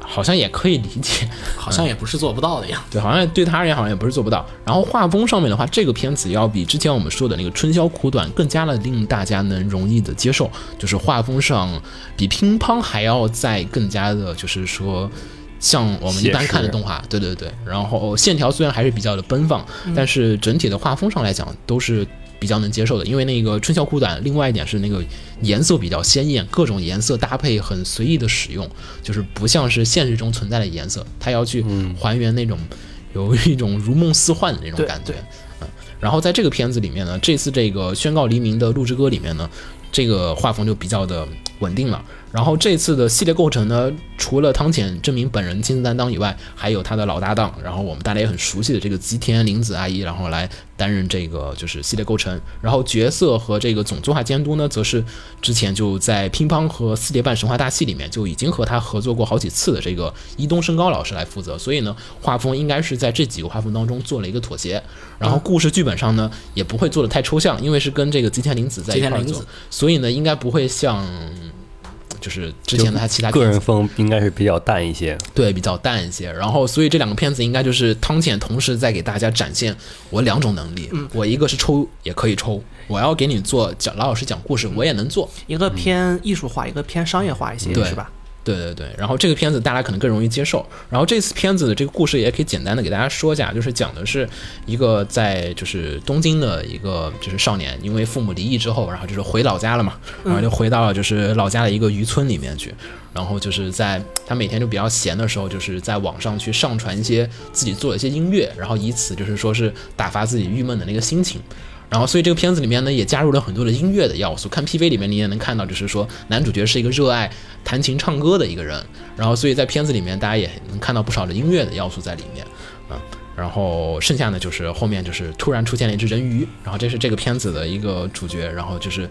S2: 好像也可以理解。
S5: 好像也不是做不到的呀。
S2: 对，好像对他而言好像也不是做不到。然后画风上面的话，这个片子要比之前我们说的那个《春宵苦短》更加的令大家能容易的接受，就是画风上比乒乓还要再更加的，就是说。像我们一般看的动画，对对对，然后线条虽然还是比较的奔放，但是整体的画风上来讲都是比较能接受的。因为那个《春宵苦短》，另外一点是那个颜色比较鲜艳，各种颜色搭配很随意的使用，就是不像是现实中存在的颜色，它要去还原那种有一种如梦似幻的那种
S3: 对
S2: 感觉。嗯，然后在这个片子里面呢，这次这个《宣告黎明》的录制歌里面呢，这个画风就比较的稳定了。然后这次的系列构成呢，除了汤浅证明本人亲自担当以外，还有他的老搭档，然后我们大家也很熟悉的这个吉田玲子阿姨，然后来担任这个就是系列构成。然后角色和这个总作画监督呢，则是之前就在乒乓和四叠半神话大戏里面就已经和他合作过好几次的这个伊东升高老师来负责。所以呢，画风应该是在这几个画风当中做了一个妥协。然后故事剧本上呢，也不会做的太抽象，因为是跟这个吉田玲子在一块
S5: 吉
S2: 儿
S5: 田玲
S2: 做
S5: 子，
S2: 所以呢，应该不会像。就是之前的他其他
S4: 个
S2: 片子
S4: 人风应该是比较淡一些。
S2: 对比较淡一些。然后，所以这两个片子应该就是汤浅同时在给大家展现我两种能力，我一个是抽也可以抽，我要给你做讲老老师讲故事，我也能做。
S3: 一个偏艺术化，一个偏商业化一些，
S2: 对
S3: 是吧？
S2: 对对对，然后这个片子大家可能更容易接受。然后这次片子的这个故事也可以简单的给大家说一下，就是讲的是一个在就是东京的一个就是少年，因为父母离异之后，然后就是回老家了嘛，然后就回到了就是老家的一个渔村里面去，然后就是在他每天就比较闲的时候，就是在网上去上传一些自己做的一些音乐，然后以此就是说是打发自己郁闷的那个心情。然后，所以这个片子里面呢，也加入了很多的音乐的要素。看 PV 里面，你也能看到，就是说男主角是一个热爱弹琴唱歌的一个人。然后，所以在片子里面，大家也能看到不少的音乐的要素在里面啊。然后剩下呢，就是后面就是突然出现了一只人鱼，然后这是这个片子的一个主角，然后就是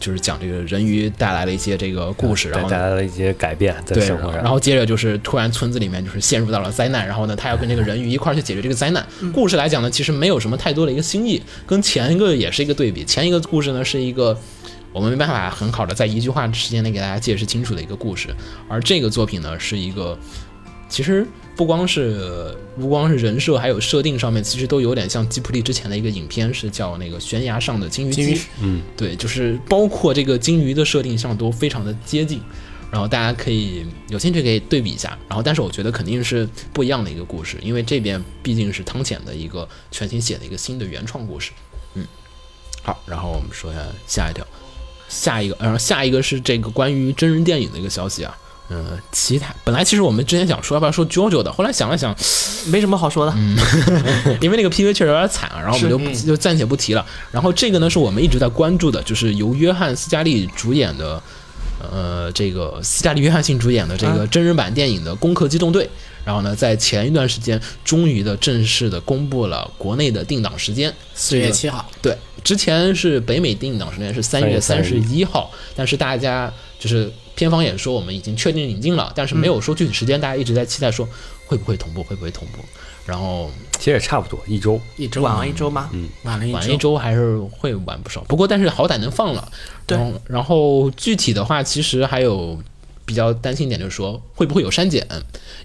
S2: 就是讲这个人鱼带来了一些这个故事，
S4: 啊对
S2: 然后
S4: 带来了一些改变在
S2: 对，
S4: 生活上。
S2: 然后接着就是突然村子里面就是陷入到了灾难，然后呢，他要跟这个人鱼一块儿去解决这个灾难。
S4: 嗯
S2: 故事来讲呢，其实没有什么太多的一个新意，跟前一个也是一个对比。前一个故事呢是一个。我们没办法很好的在一句话时间内给大家解释清楚的一个故事，而这个作品呢是一个，其实不光是不光是人设，还有设定上面，其实都有点像吉普力之前的一个影片，是叫那个《悬崖上的金鱼姬》。
S5: 金鱼
S2: 嗯，对，就是包括这个金鱼的设定上都非常的接近。然后大家可以有兴趣可以对比一下，然后但是我觉得肯定是不一样的一个故事，因为这边毕竟是汤浅的一个全新写的一个新的原创故事。嗯，好，然后我们说一下下一条，下一个，然后下一个是这个关于真人电影的一个消息啊。嗯，其他本来其实我们之前想说要不要说 JoJo 的，后来想了想，
S3: 没什么好说的。
S2: 因为那个 PV 确实有点惨啊，然后我们就不就暂且不提了。然后这个呢，是我们一直在关注的，就是由约翰斯嘉丽主演的，呃，这个斯嘉丽约翰逊主演的这个真人版电影的《攻壳机动队》。然后呢，在前一段时间，终于的正式的公布了国内的定档时间，
S5: 四月七号，
S2: 对，之前是北美定档时间是三月三
S4: 3
S2: 十
S4: 月
S2: 一号，但是大家就是片方也说我们已经确定引进了，但是没有说具体时间，大家一直在期待说会不会同步，会不会同步。然后
S4: 其实也差不多一周，
S5: 一周
S3: 晚了一周吗？
S5: 晚了一
S2: 晚一周还是会晚不少，不过但是好歹能放了。
S3: 对
S2: 然后，然后具体的话，其实还有比较担心一点，就是说会不会有删减，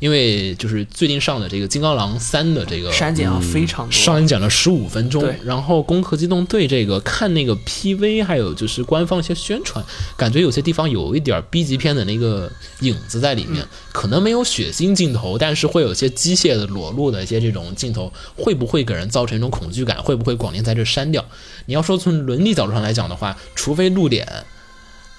S2: 因为就是最近上的这个《金刚狼三》的这个
S3: 删减啊，非常多。
S2: 上映讲了十五分钟
S3: 对，
S2: 然后《攻壳机动队》这个看那个 PV，还有就是官方一些宣传，感觉有些地方有一点儿 B 级片的那个影子在里面，可能没有血腥镜头，但是会有一些机械的裸露的一些这种镜头，会不会给人造成一种恐惧感？会不会广电在这删掉？你要说从伦理角度上来讲的话，除非露脸，呃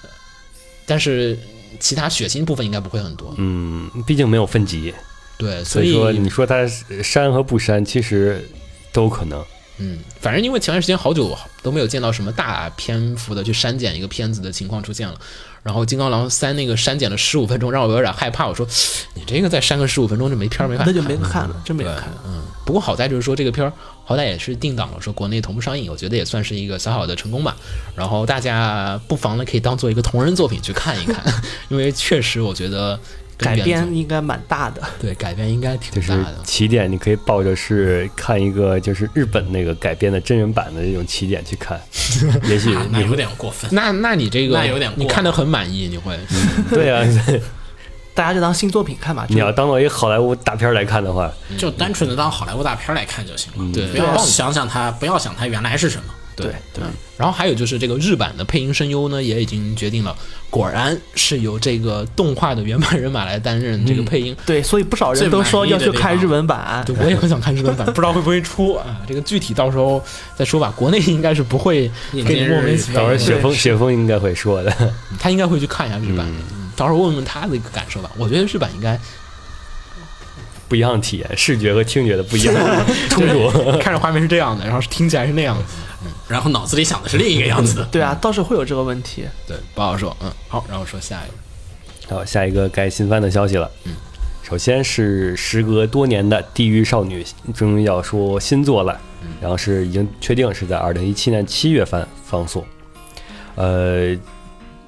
S2: 但是其他血腥部分应该不会很多。
S4: 嗯，毕竟没有分级，
S2: 对，
S4: 所
S2: 所
S4: 以
S2: 以
S4: 说你说它删和不删，其实都可能。
S2: 嗯，反正因为前段时间好久都没有见到什么大篇幅的去删减一个片子的情况出现了，然后《金刚狼三》那个删减了十五分钟，让我有点害怕。我说， 你这个再删个十五分钟，就没片儿没法
S3: 那就没
S2: 看
S3: 得看了，真没
S2: 对
S3: 得看了。，
S2: 嗯。不过好在就是说这个片儿好歹也是定档了，说国内同步上映，我觉得也算是一个小小的成功吧。然后大家不妨呢可以当做一个同人作品去看一看，因为确实我觉得跟
S3: 改
S2: 原
S3: 编
S2: 作
S3: 应该蛮大的。
S2: 对改编应该挺
S4: 就是
S2: 大的。
S4: 起点，你可以抱着是看一个就是日本那个改编的真人版的这种起点去 看，也许
S5: 啊，那
S4: 你
S5: 有
S4: 会
S5: 点过分。
S2: 那那你这个
S5: 那有点过
S2: 你看的很满意，你会
S4: 对啊，
S3: 大家就当新作品看嘛。就
S4: 你要当做一个好莱坞大片儿来看 的话，
S5: 嗯就单纯的当好莱坞大片来看就行了，
S2: 对
S5: 不要想想它，不要想它原来是什么。
S2: 对对。然后还有就是这个日版的配音声优呢，也已经决定了，果然是由这个动画的原班人马来担任这个配音。
S3: 对，所以不少人都说要去看日文版。
S2: 对，我也很想看日本版，不知道会不会出啊？这个具体到时候再说吧。国内应该是不会给
S5: 引
S2: 你
S5: 进
S2: 莫名
S5: 日
S2: 其
S5: 语
S2: 妙
S4: 到时候
S2: 的，
S4: 雪峰雪峰应该会说的。
S2: 他应该会去看一下日版的，嗯到时候问问他的一个感受吧。我觉得日版应该
S4: 不一样的体验，视觉和听觉的不一样 冲突。
S2: 看着画面是这样的，然后听起来是那样的。
S5: 然后脑子里想的是另一个样
S2: 嗯
S5: 子。
S3: 对啊，倒是会有这个问题。
S2: 对，不好说。嗯，好，然后说下一个。
S4: 好，下一个该新番的消息了。嗯，首先是时隔多年的《地狱少女》终于要说新作了，然后是已经确定是在二零一七年七月份放送。呃，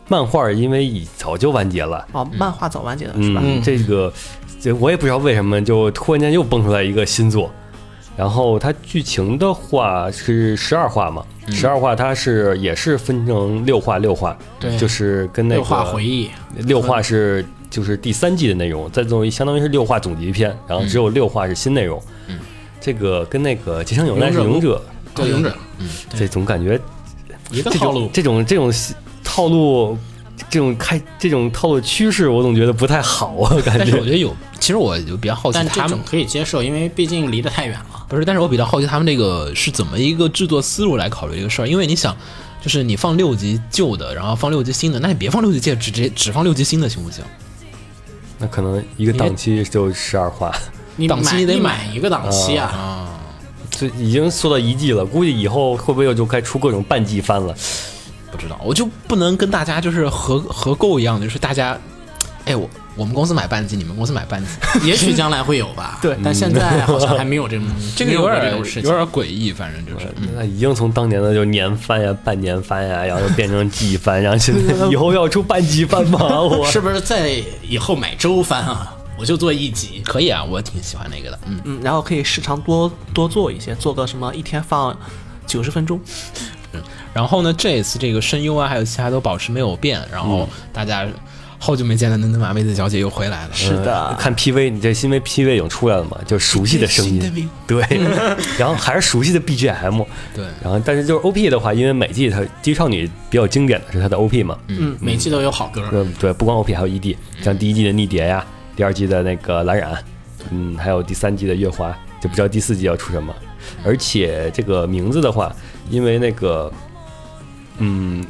S4: 漫画因为已早就完结了，
S3: 哦，漫画早完结的是吧？
S4: 嗯，这个这我也不知道为什么就突然间又蹦出来一个新作。然后它剧情的话是十二话嘛，十二话它是也是分成六话六话，
S5: 对
S4: 就是跟那个
S5: 六话回忆，
S4: 六话是就是第三季的内容，再作为相当于是六话总集篇，然后只有六话是新内容。嗯，这个跟那个《吉祥有难是勇者，
S5: 对勇者
S4: 这总感觉
S5: 一个
S4: 这
S5: 套路
S4: 种。这种这种套路，这种开这种套路趋势，我总觉得不太好啊，感
S2: 但是我
S4: 觉
S2: 觉得有，其实我就比较好奇
S5: 但这
S2: 他们
S5: 种可以接受，因为毕竟离得太远了。
S2: 不是，但是我比较好奇他们这个是怎么一个制作思路来考虑这个事儿，因为你想，就是你放六集旧的，然后放六集新的，那你别放六集旧，只直接只放六集新的行不行？
S4: 那可能一个档期就十二话，
S5: 你
S2: 档期
S5: 买
S2: 你得
S5: 你买一个档期啊，
S4: 这已经做到一季了，估计以后会不会又就该出各种半季番了？
S2: 不知道，我就不能跟大家就是合合购一样的，就是大家，哎，我我们公司买半季，你们公司买半季，
S5: 也许将来会有吧。
S3: 对
S5: 但现在好像还没有 这种
S2: 这个
S5: 没
S2: 有
S5: 有
S2: 点
S5: 过这种事
S2: 有
S5: 情。
S2: 点诡异，反正就是， 嗯，
S4: 那已经从当年的就年番呀、半年番呀，然后又变成季番，然后现在以后要出半季番吗？我
S5: 是不是在以后买周番啊？我就做一集，
S2: 可以啊，我挺喜欢那个的，嗯，
S3: 嗯，然后可以时长多多做一些，做个什么一天放九十分钟。
S2: 然后呢，这一次这个声优啊，还有其他都保持没有变，然后大家好久没见的嫩嫩麻妹子小姐又回来了，
S3: 是
S4: 呃，看 PV，你这新为 PV 已经出来了嘛？就熟悉的声
S2: 熟悉的名
S4: 音，对， 然后还是熟悉的 BGM，
S2: 对
S4: 然后但是就是 OP 的话，因为每季它《地狱少女》比较经典的是它的 OP 嘛，
S5: 嗯每季都有好歌。
S4: 对对，呃不光 OP 还有 ED，像第一季的逆蝶呀，第二季的那个蓝染，嗯，还有第三季的月华，就不知道第四季要出什么。而且这个名字的话，因为那个，嗯，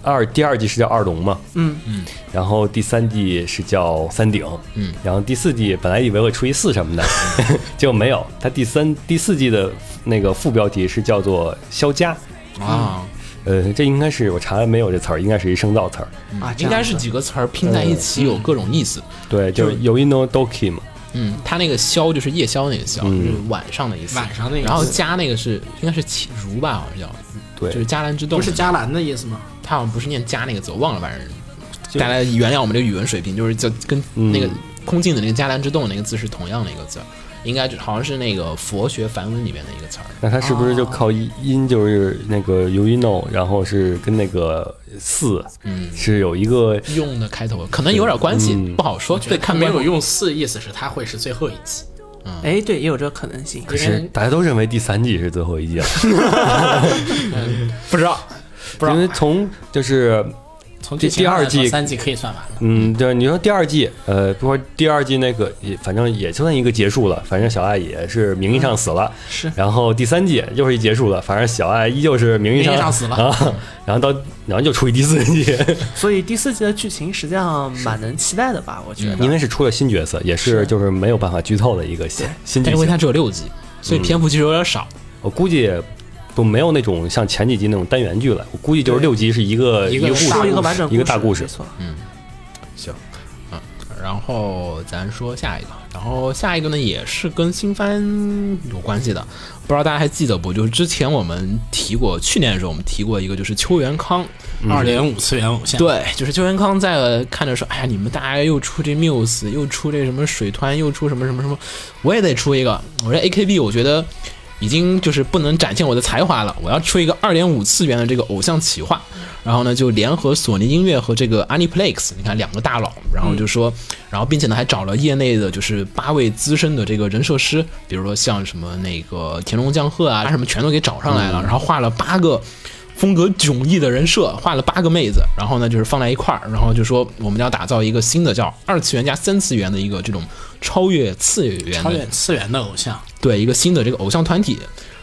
S4: 二第二季是叫二龙嘛，
S3: 嗯
S4: 嗯，然后第三季是叫三顶，嗯，然后第四季本来以为会出一四什么的， 结果没有，它第三第四季的那个副标题是叫做肖家。
S2: 啊。
S4: 呃，这应该是我查了没有这词儿，应该是一生造词儿。
S3: 啊，这
S2: 应
S3: 样
S2: 该是
S3: 子嗯
S2: 几个词儿拼在一起有各种意思。
S4: 对，就是 Yoino Doki 嘛，
S2: 嗯，它那个宵就是夜宵那个宵，
S4: 嗯
S2: 就是晚上的意思。
S5: 晚上那个
S2: 然后
S5: 意思
S2: 加那个是应该是起如吧，好像叫，
S4: 对，
S2: 就是迦兰之洞。
S5: 不是，加兰的意思吗？
S2: 它好像不是念加那个字，我忘了，反正大家原谅我们这个语文水平，就是就跟那
S3: 嗯
S2: 个空镜的那个迦兰之洞那个字是同样的一个字儿，应该就好像是那个佛学梵文里面的一个词儿。
S4: 那他是不是
S5: 哦
S4: 就靠一音就是那个 u i n o 然后是跟那个四，嗯，是有一个
S2: 用的开头可能有点关系，
S4: 嗯
S2: 不好说，得看
S5: 没
S2: 观
S5: 有
S2: 众。
S5: 用四，意思是它会是最后一集。
S3: 哎，对，也有这个可能性。
S4: 可是大家都认为第三季是最后一季了，
S5: 不知 道，不知
S4: 因为
S5: 道。
S4: 从就是
S5: 从
S4: 第
S5: 剧情上
S4: 第二
S5: 来说
S4: 季
S5: 三季可以算完了。
S4: 嗯，对，你说第二季，呃，不过第二季那个也反正也算一个结束了，反正小爱也是名义上死了，
S5: 嗯
S3: 是
S4: 然后第三季又是一结束了，反正小爱依旧是名义上
S5: 名义上死了
S4: 啊，然后到然后就出一第四季，
S3: 所以第四季的剧情实际上蛮能期待的吧？我觉
S2: 嗯
S4: 因
S3: 得。
S4: 为是出了新角色，也是就是没有办法剧透的一个新新
S2: 但
S4: 剧
S2: 是因为
S4: 情
S2: 它。只有六集，
S3: 嗯
S2: 所以篇幅其实有点少。
S4: 我估计都没有那种像前几集那种单元剧了，我估计就是六集是一个
S5: 一
S4: 个
S5: 个
S4: 故
S5: 大
S3: 说
S4: 事，
S3: 一个完整
S4: 一个大故事
S3: 没。错。
S2: 然后咱说下一个，然后下一个呢也是跟新番有关系的，不知道大家还记得不？就是之前我们提过，去年的时候我们提过一个，就是秋元康
S5: 嗯二点五次元偶像。，
S2: 对，就是邱元康在呃看着说：“哎呀，你们大家又出这 Muse，又出这什么水团，又出什么什么什么，我也得出一个。我这 AKB 我觉得已经就是不能展现我的才华了，我要出一个二点五次元的这个偶像企划。然后呢，就联合索尼音乐和这个 Aniplex，你看两个大佬，然后就说，然后并且呢还找了业内的就是八位资深的这个人设师，比如说像什么那个田龙将鹤啊，什么全都给找上来了，然后画了八个。风格迥异的人设，画了八个妹子，然后呢就是放在一块儿，然后就说我们要打造一个新的叫二次元加三次元的一个这种超越次元
S5: 超
S2: 的
S5: 越次元的偶像，
S2: 对一个新的这个偶像团体。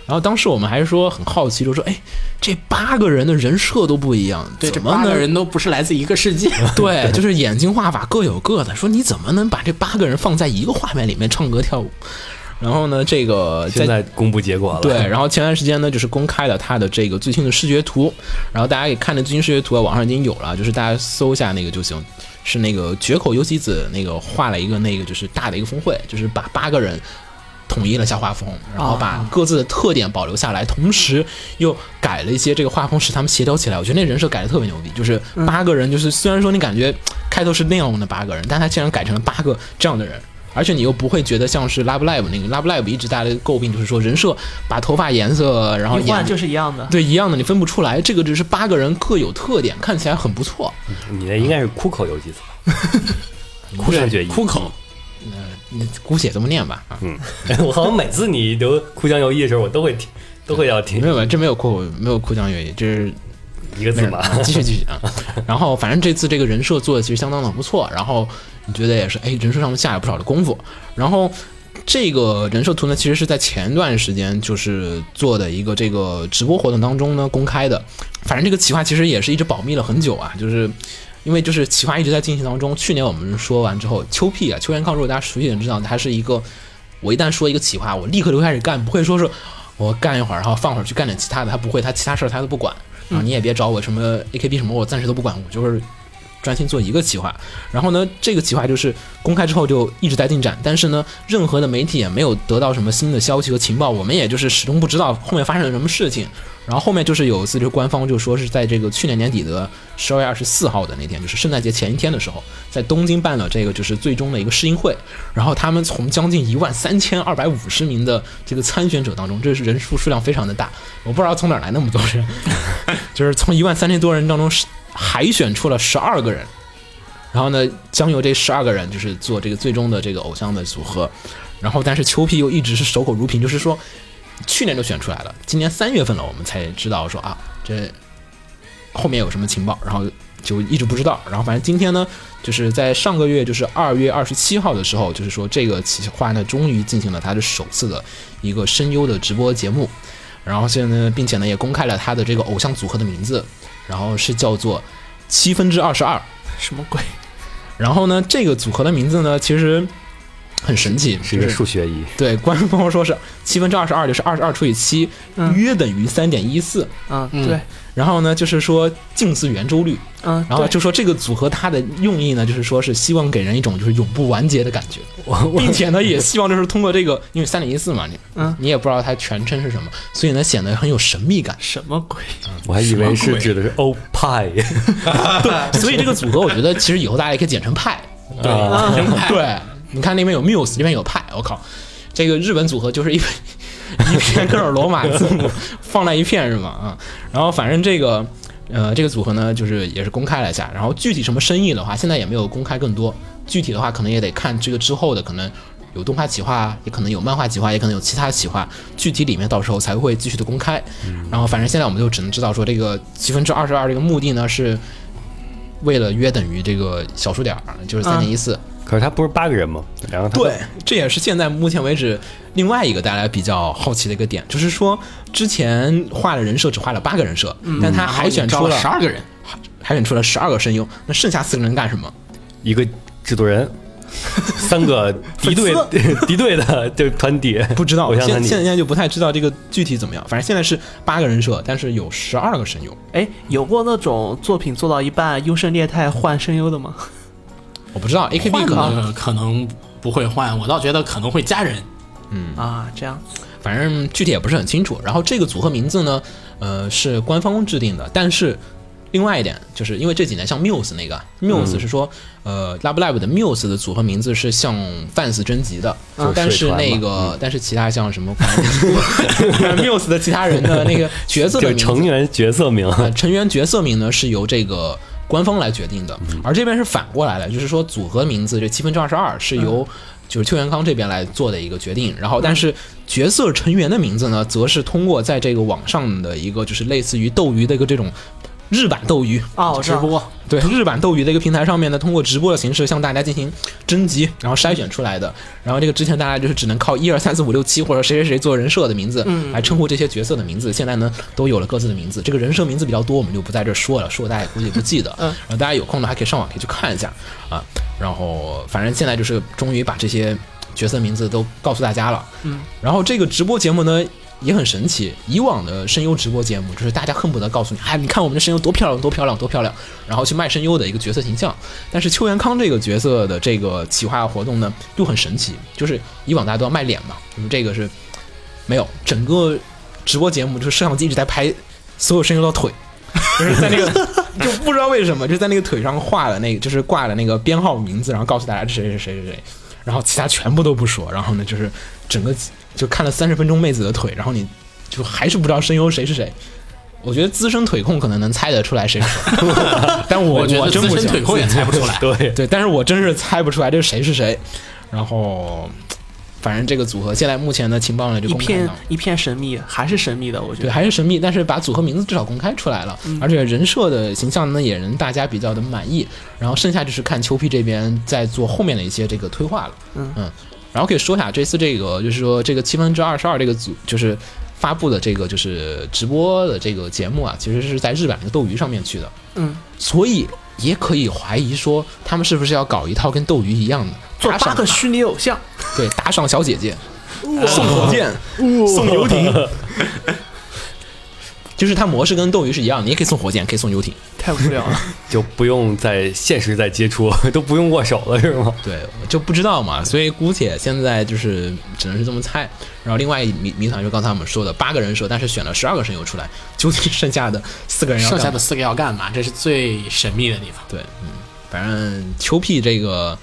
S2: 然后当时我们还是说很好奇，就说哎，这八个人的人设都不一样，
S5: 对，这
S2: 怎么
S5: 八个
S2: 能
S5: 人都不是来自一个 世界。
S2: 对，就是眼睛画法各有各的。说你怎么能把这八个人放在一个画面里面唱歌跳舞？然后呢，这个
S4: 现在公布结果了。
S2: 对，然后前段时间呢，就是公开了他的这个最新的视觉图，然后大家也看的最新视觉图啊，网上已经有了，就是大家搜一下那个就行。是那个绝口由纪子那个画了一个那个就是大的一个峰会，就是把八个人统一了下画风，然
S3: 哦
S2: 后把各自的特点保留下来，同时又改了一些这个画风，使他们协调起来。我觉得那人设改的特别牛逼，就是
S3: 嗯
S2: 八个人，就是虽然说你感觉嘖开头是那样的八个人，但他竟然改成了八个这样的人。而且你又不会觉得像是 Love Live 那个 Love Live 一直大家的诟病就是说人设把头发颜色，然后
S3: 一换
S2: 眼
S3: 就是一样 的。
S2: 对一样的你分不出来，这个只是八个人各有特点，看起来很不错。
S4: 你那应该是哭口游击子，哭上决一。
S5: 哭口，
S2: 呃
S5: 嗯
S2: 你姑且这么念吧啊，
S4: 我好像每次你读哭腔游记的时候，我都会听，都会要
S2: 没
S4: 听
S2: 有没有，这没有哭，没有哭江月这是
S4: 一个字嘛。
S2: 继续继 续啊。然后反正这次这个人设做的其实相当的不错，然后你觉得也是，哎，人设上面下了不少的功夫。然后这个人设图呢，其实是在前段时间就是做的一个这个直播活动当中呢公开的。反正这个企划其实也是一直保密了很久啊，就是。因为就是企划一直在进行当中。去年我们说完之后，邱 P 啊，邱元康，如果大家熟悉的人知道，他是一个，我一旦说一个企划，我立刻就开始干，不会说是我干一会儿，然后放会儿去干点其他的，他不会，他其他事儿他都不管。然后你也别找我什么 AKB 什么，我暂时都不管，我就是专心做一个企划。然后呢，这个企划就是公开之后就一直在进展，但是呢，任何的媒体也没有得到什么新的消息和情报，我们也就是始终不知道后面发生了什么事情。然后后面就是有一次，就官方就说是在这个去年年底的十二月二十四号的那天，就是圣诞节前一天的时候，在东京办了这个就是最终的一个试映会。然后他们从将近一万三千二百五十名的这个参选者当中，这是人数数量非常的大，我不知道从哪儿来那么多人， 就是从一万三千多人当中是海选出了十二个人，然后呢，将由这十二个人就是做这个最终的这个偶像的组合，然后但是邱 P 又一直是守口如瓶，就是说去年就选出来了，今年三月份了，我们才知道说啊，这后面有什么情报，然后就一直不知道。然后反正今天呢，就是在上个月，就是二月二十七号的时候，就是说这个企划呢，终于进行了它的首次的一个声优的直播节目。然后现在呢，并且呢也公开了它的这个偶像组合的名字，然后是叫做七分之二十二。
S3: 什么鬼？
S2: 然后呢，这个组合的名字呢，其实很神奇，
S4: 是一个
S2: 就是
S4: 数学一，
S2: 对，官方说是七分之二十二，就是二十二除以七、
S3: 嗯
S2: 约等于三点一四。
S3: 嗯，
S5: 嗯
S3: 对，
S2: 然后呢，就是说近似圆周率。
S3: 嗯，
S2: 然后
S3: 对
S2: 就说这个组合它的用意呢，就是说是希望给人一种就是永不完结的感觉，并且呢也希望就是通过这个，因为三点一四嘛，你
S3: 嗯
S2: 你也不知道它全称是什么，所以呢显得很有神秘感。
S3: 什么鬼？
S4: 我还以为是指的是 Oh O Pi，
S3: 啊
S2: 对，所以这个组合我觉得其实以后大家也可以简称派。
S4: 对，
S2: 啊
S5: 真派
S2: 对，你看那边有 Muse，这边有派，我靠，这个日本组合就是一一片克尔罗马字母放在一片是吗？啊，然后反正这个。呃，这个组合呢，就是也是公开了一下，然后具体什么深意的话，现在也没有公开更多。具体的话，可能也得看这个之后的，可能有动画企划，也可能有漫画企划，也可能有其他企划，具体里面到时候才会继续的公开。然后，反正现在我们就只能知道说，这个七分之二十二这个目的呢，是为了约等于这个小数点儿，就是三点一四。
S4: 可是他不是八个人吗？然后他
S2: 对，这也是现在目前为止另外一个大家比较好奇的一个点，就是说之前画了人设只画了八个人设，但他海选出了
S5: 十二个人，
S2: 海选出了十二个声优，那剩下四个人干什么？
S4: 一个制作人，三个敌对 敌对的就是团体，
S2: 不知道
S4: 偶，像团
S2: 现现
S4: 体。
S2: 在就不太知道这个具体怎么样。反正现在是八个人设，但是有十二个声优，
S3: 哎，有过那种作品做到一半优胜劣汰换声优的吗？
S2: 我不知道 AKB
S5: 换
S2: 可能
S5: 的可能不会换，我倒觉得可能会加人。
S3: 啊，这样，
S2: 反正具体也不是很清楚。然后这个组合名字呢，呃，是官方制定的，但是另外一点就是因为这几年像 Muse 那个
S4: 嗯
S2: Muse 是说，呃，Lab Lab 的 Muse 的组合名字是向 fans 征集的，
S4: 嗯
S2: 但是那
S4: 水团
S2: 个但是其他像什么 Muse 的其他人的那个角色的
S4: 就
S2: 名
S4: 是
S2: 字
S4: 成员角色名，
S2: 呃，成员角色名呢是由这个官方来决定的，而这边是反过来的，就是说组合名字这七分之二十二是由就是邱元康这边来做的一个决定，然后但是角色成员的名字呢，则是通过在这个网上的一个就是类似于斗鱼的一个这种。日版斗鱼
S3: 啊我知
S2: 直
S3: 道
S2: 播，对日版斗鱼的一个平台上面呢，通过直播的形式向大家进行征集，然后筛选出来的。然后这个之前大家就是只能靠一二三四五六七或者谁谁谁做人设的名字来称呼这些角色的名字，现在呢都有了各自的名字。这个人设名字比较多，我们就不在这儿说了，说大家也估计不记得。嗯，然后大家有空呢还可以上网可以去看一下啊。然后反正现在就是终于把这些角色名字都告诉大家了。嗯，然后这个直播节目呢。也很神奇。以往的声优直播节目，就是大家恨不得告诉你，哎，你看我们的声优多漂亮，多漂亮，多漂亮，然后去卖声优的一个角色形象。但是邱元康这个角色的这个企划活动呢，又很神奇，就是以往大家都要卖脸嘛，我们这个是没有，整个直播节目就是摄像机一直在拍所有声优的腿， 就是在那个 就不知道为什么，就在那个腿上画了那个，就是挂了那个编号名字，然后告诉大家是谁谁谁谁谁，然后其他全部都不说，然后呢就是整个就看了三十分钟妹子的腿，然后你就还是不知道声优谁是谁。我觉得资深腿控可能能猜得出来谁 是谁，但我
S5: 我觉得
S2: 真
S5: 资
S2: 不
S5: 深
S2: 行
S5: 腿控也猜不 出来。
S4: 对，
S2: 对，但是我真是猜不出来这是谁是谁。然后，反正这个组合现在目前的情报呢就
S3: 一
S2: 公开
S3: 片
S2: 了。
S3: 一片神秘，还是神秘的，我觉
S2: 对，
S3: 得。嗯
S2: 还是神秘，但是把组合名字至少公开出来了，而且人设的形象呢也让大家比较的满意。然后剩下就是看秋皮这边在做后面的一些这个推化了。
S3: 嗯
S2: 然后可以说一下这次这个就是说这个七分之二十二这个组就是发布的这个就是直播的这个节目啊，其实是在日版的斗鱼上面去的。
S3: 嗯，
S2: 所以也可以怀疑说他们是不是要搞一套跟斗鱼一样的
S3: 做
S2: 打
S3: 八
S2: 赏
S3: 个虚拟 偶像，
S2: 对打赏小姐姐，送火箭。
S4: 送游艇，
S2: 就是它模式跟斗鱼是一样的，你也可以送火箭，可以送游艇。
S3: 太无聊了。
S4: 就不用在现实再接触， 都不用握手了，是吗？
S2: 对，我就不知道嘛，所以姑且现在就是只能是这么猜。然后另外一谜谜团就刚才我们说的八个人设，但是选了十二个声优出来，究竟剩下的四个人要
S5: 剩
S2: 干嘛
S5: 下的四个要干嘛？这是最神秘的地方。
S2: 对，嗯，反正秋屁这个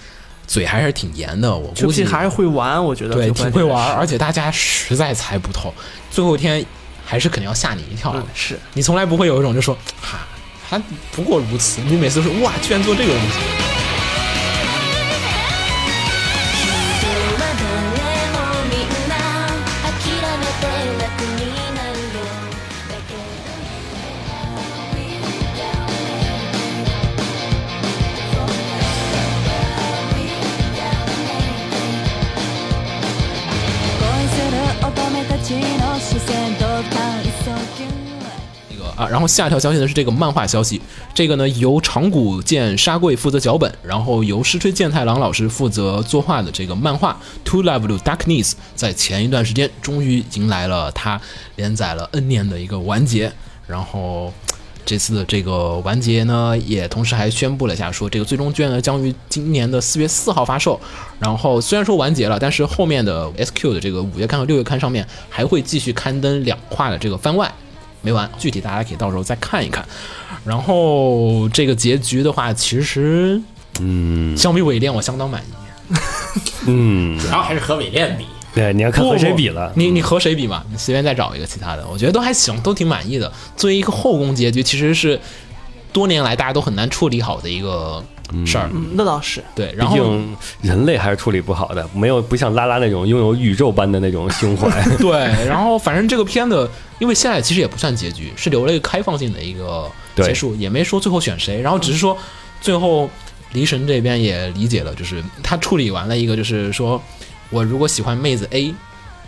S2: 嘴还是挺严的，我
S3: 就
S2: 估
S3: 是
S2: 计
S3: 还是会玩，我觉得
S2: 对
S3: 就关
S2: 挺
S3: 键
S2: 会玩，
S3: 是
S2: 而且大家实在猜不透，最后一天还是肯定要吓你一跳的。
S3: 嗯是。
S2: 你从来不会有一种就说哈，还不过如此，你每次说哇，居然做这个东西。
S6: 人は誰もみんな諦めて楽になるよだけど恋する乙女たちの視線と体操球
S2: 那个啊，然后下一条消息呢是这个漫画消息，这个呢由长谷健沙贵负责脚本，然后由石吹健太郎老师负责作画的这个漫画《To Love Darkness》在前一段时间终于迎来了它连载了 N 年的一个完结，然后。这次的这个完结呢，也同时还宣布了一下，说这个最终卷呢将于今年的四月四号发售。然后虽然说完结了，但是后面的 SQ 的这个五月刊和六月刊上面还会继续刊登两话的这个番外，没完，具体大家可以到时候再看一看。然后这个结局的话，其实
S4: 嗯
S2: 相比尾恋，我相当满意。
S4: 嗯，
S5: 主要还是和伪恋 比，
S4: 对，你要看和谁比了，嗯
S2: 你你和谁比嘛？你随便再找一个其他的，我觉得都还行，都挺满意的。作为一个后宫结局，其实是多年来大家都很难处理好的一个事儿。
S3: 嗯那倒是，
S2: 对，
S4: 毕
S2: 然后
S4: 竟人类还是处理不好的，没有不像拉拉那种拥有宇宙般的那种胸 怀。
S2: 对，然后反正这个片子，因为现在其实也不算结局，是留了一个开放性的一个
S4: 对
S2: 结束，也没说最后选谁，然后只是说最后离神这边也理解了，就是他处理完了一个，就是说我如果喜欢妹子 A，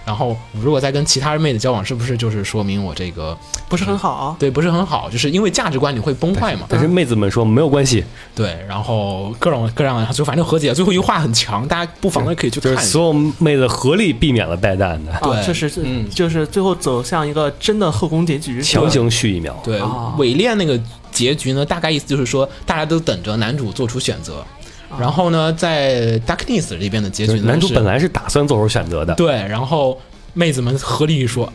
S2: 然后我如果再跟其他妹子交往，是不是就是说明我这个
S3: 不是很好。啊
S2: 对不是很好，就是因为价值观你会崩坏嘛？
S4: 但是妹子们说没有关系，
S2: 对，然后各种各样的，就反正和解，最后一话很强，大家不妨呢可以去
S4: 就
S2: 看一
S4: 是
S2: 下。
S4: 所有妹子合力避免了败蛋的，
S3: 啊，
S2: 对
S3: 就是
S2: 嗯
S3: 就是最后走向一个真的后宫结局。
S4: 强行续一秒。
S2: 对
S3: 啊，
S2: 伪恋那个结局呢，大概意思就是说，大家都等着男主做出选择。然后呢，在 Darkness 这边的结
S4: 就
S2: 局
S4: 是
S2: 呢，
S4: 男主
S2: 是
S4: 本来是打算做出选择的，
S2: 对，然后妹子们合力一说，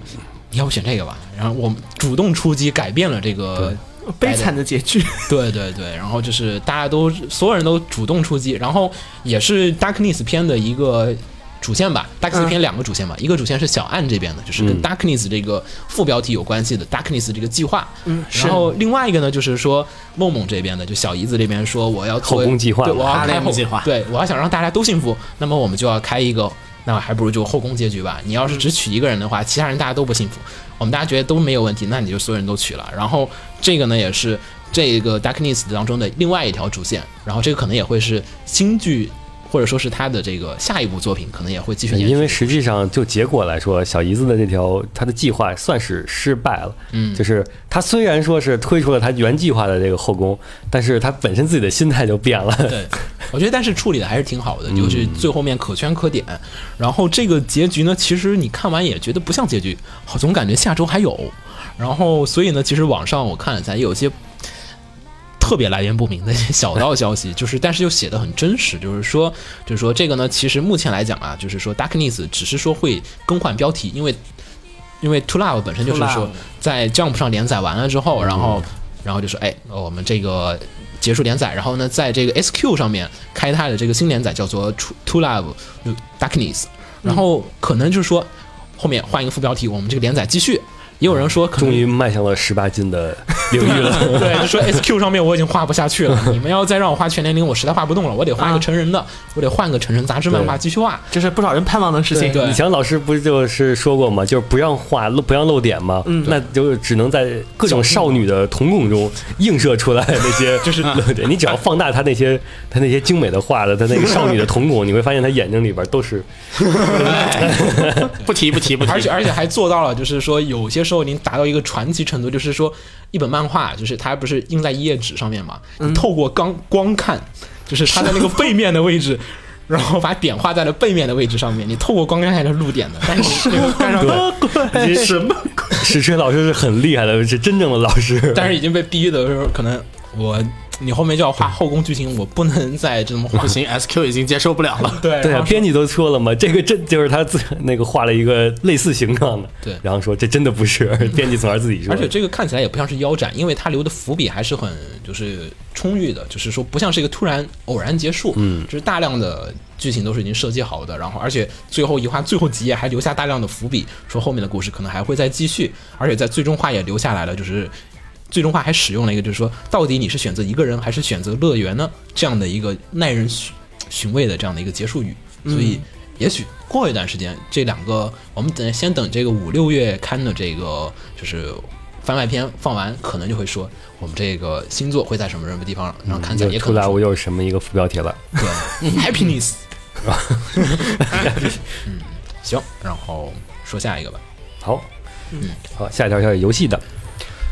S2: 你要不选这个吧，然后我们主动出击，改变了这个
S3: 悲惨的结局。
S2: 对对对，然后就是大家都所有人都主动出击，然后也是 Darkness 篇的一个主线吧。Darkness 篇两个主线吧，一个主线是小暗这边的，就是跟
S4: 嗯
S2: Darkness 这个副标题有关系的 Darkness 这个计划。
S3: 嗯，
S2: 然后另外一个呢，就是说梦梦这边的，就小姨子这边说我要做
S4: 后宫计划
S2: 对，我要
S5: 哈
S2: 开
S5: 雷姆
S2: 后
S5: 计划
S2: 对，我要想让大家都幸福，那么我们就要开一个，那还不如就后宫结局吧。你要是只娶一个人的话，其他人大家都不幸福，我们大家觉得都没有问题，那你就所有人都娶了。然后这个呢，也是这个 Darkness 当中的另外一条主线，然后这个可能也会是新剧。或者说是他的这个下一部作品，可能也会继续延续。
S4: 因为实际上就结果来说，小姨子的这条她的计划算是失败了。嗯，就是她虽然说是推出了她原计划的这个后宫，但是她本身自己的心态就变了。
S2: 对， 我觉得但是处理的还是挺好的，就是最后面可圈可点。然后这个结局呢，其实你看完也觉得不像结局，好总感觉下周还有。然后所以呢，其实网上我看了一下，有一些特别来源不明的一些小道消息，就是但是又写的很真实，就是说，就是说这个呢，其实目前来讲啊，就是说 Darkness 只是说会更换标题，因为因为 To Love 本身就是说
S3: To Love
S2: 在 Jump 上连载完了之后，然后然后就说，哎，我们这个。结束连载，然后呢，在这个 SQ 上面开它的这个新连载叫做《To To Love Darkness》，然后可能就是说后面换一个副标题，我们这个连载继续。也有人说，可能
S4: 终于迈向了十八禁 的领域了。
S2: 对，就说 SQ 上面我已经画不下去了，你们要再让我画全年龄，我实在画不动了，我得画一个成人的，我得换个成人杂志漫画继续画。
S3: 这是不少人盼望的事情。
S2: 对
S4: 以前老师不就是说过吗？就是不让画，不让露点嘛。
S3: 嗯
S4: 那就只能在各种少女的瞳孔中映射出来那些，就是 露点。你只要放大她那些她那些精美的画的，她那个少女的瞳孔，你会发现她眼睛里边都是
S5: 不提不提不提，
S2: 而且而且还做到了，就是说有些时候您达到一个传奇程度，就是说一本漫画，就是它不是印在一页纸上面嘛，你透过光光看，就是它在那个背面的位置。然后把点画在了背面的位置上面，你透过光看还是露点的，但 是这个看上去
S4: 什么鬼？史吹老师是很厉害的，是真正的老师。
S2: 但是已经被逼的时候，可能我你后面就要画后宫剧情，我不能再这么画
S5: 不。行，SQ 已经接受不了了。
S2: 对
S4: 对
S2: 然
S4: 啊，
S2: 后
S4: 编辑都说了嘛，这个真就是他自那个画了一个类似形状的，
S2: 对
S4: 然后说这真的不是， 编辑从而自己说，
S2: 而且这个看起来也不像是腰斩，因为它留的伏笔还是很就是充裕的，就是说不像是一个突然偶然结束，嗯，就是大量的剧情都是已经设计好的，然后而且最后一画最后几页还留下大量的伏笔，说后面的故事可能还会再继续，而且在最终话也留下来了，就是最终话还使用了一个就是说到底你是选择一个人还是选择乐园呢这样的一个耐人寻寻味的这样的一个结束语，所以。也许过一段时间，这两个我们等先等这个五六月刊的这个就是番外篇放完，可能就会说我们这个星座会在什么什么地方，然后看起来也
S4: 又
S2: 可
S4: 出
S2: 能
S4: 来我
S2: 说
S4: 又是什么一个副标题了。
S2: 对 happiness，嗯，行，然后说下一个吧，
S4: 好，
S2: 嗯
S4: 好，下一条消息，游戏的。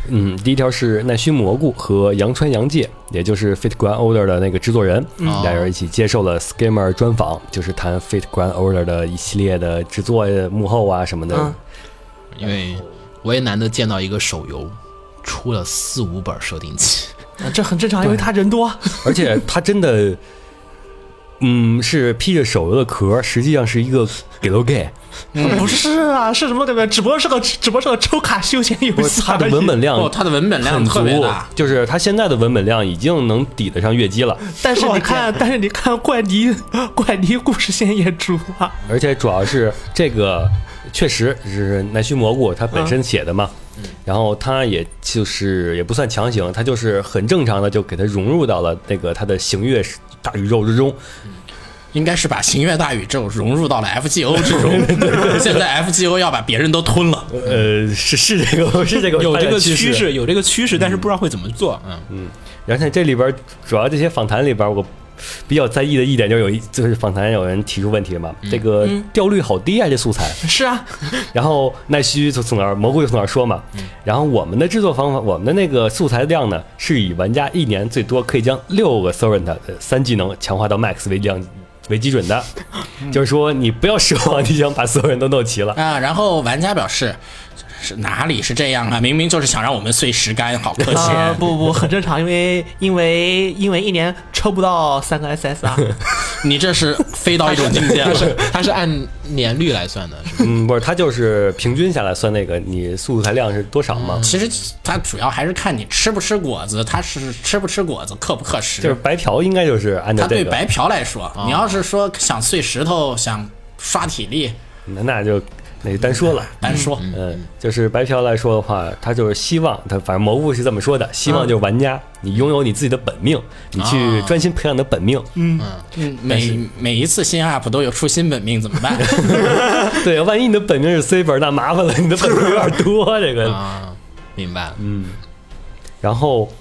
S4: 嗯，第一条是奈须蘑菇和杨川洋介，也就是 Fit Grand Order 的那个制作人，
S2: 嗯
S4: 俩人一起接受了 Skimmer 专访，就是谈 Fit Grand Order 的一系列的制作幕后啊什么的。
S3: 嗯
S2: 因为我也难得见到一个手游出了四五本设定集，
S3: 啊这很正常，因为他人多。
S4: 而且他真的， 嗯，是披着手游的壳，实际上是一个给楼 gay。嗯
S3: 不是啊，是什么对不对？只不过是个只不过是个抽卡休闲游
S4: 不
S3: 戏
S4: 是
S3: 而
S4: 他
S3: 已。
S4: 的文本量
S5: 哦，它的文本量
S4: 很足啊
S5: 特别大，，
S4: 就是他现在的文本量已经能抵得上月姬了。
S3: 但是你看，但是你看怪尼怪尼故事线也主啊，
S4: 而且主要是这个确实是南须蘑菇他本身写的嘛，
S5: 嗯
S4: 然后他也就是也不算强行，他就是很正常的就给他融入到了那个他的行月大宇宙之中。
S5: 应该是把星月大宇宙融入到了 FGO 之中。现在 FGO 要把别人都吞了，
S4: 呃，是是这个是 这个
S2: 有这
S4: 发
S2: 个
S4: 展
S2: 趋
S4: 势。
S2: 势，有这个趋势，但是不知道会怎么做，嗯，
S4: 而且这里边主要这些访谈里边我。比较在意的一点就是有一就是访谈有人提出问题
S5: 嗯
S4: 嘛，这个掉率好低啊，这素材。
S3: 是啊，
S4: 然后奈须就从哪儿蘑菇就从哪儿说嘛。
S5: 嗯
S4: 然后我们的制作方法，我们的那个素材量呢，是以玩家一年最多可以将六个 servant 的三技能强化到 max 为量为基 准的，就是说你不要奢望你想把所有人都弄齐了。
S5: 啊，然后玩家表示。是哪里是这样啊？明明就是想让我们碎石干，好可惜。
S3: 啊不不很正常，因为因为因为一年抽不到三个 SS 啊，
S5: 你这是飞到一种境界
S2: 它
S5: 了。
S2: 是它是按年率来算的，是吧
S4: 嗯，不是，它就是平均下来算那个你素材量是多少嘛，
S5: 其实它主要还是看你吃不吃果子，它是吃不吃果子，克不克食。
S4: 就是白嫖应该就是按照
S5: 它
S4: 这
S5: 对
S4: 个，
S5: 白嫖来说，你要是说想碎石头，想刷体力，
S4: 那那就那就单说了。
S5: 单说，
S4: 嗯，就是白嫖来说的话，他就是希望他，反正蘑菇是这么说的，希望
S5: 嗯
S4: 就是玩家你拥有你自己的本命，你去专心培养你的本命。
S5: 啊嗯每每一次新 UP 都有出新本命怎么办？
S4: 对，万一你的本命是 C 本，那麻烦了，你的本命有点 多，这个。
S2: 啊，明白了，
S4: 然后，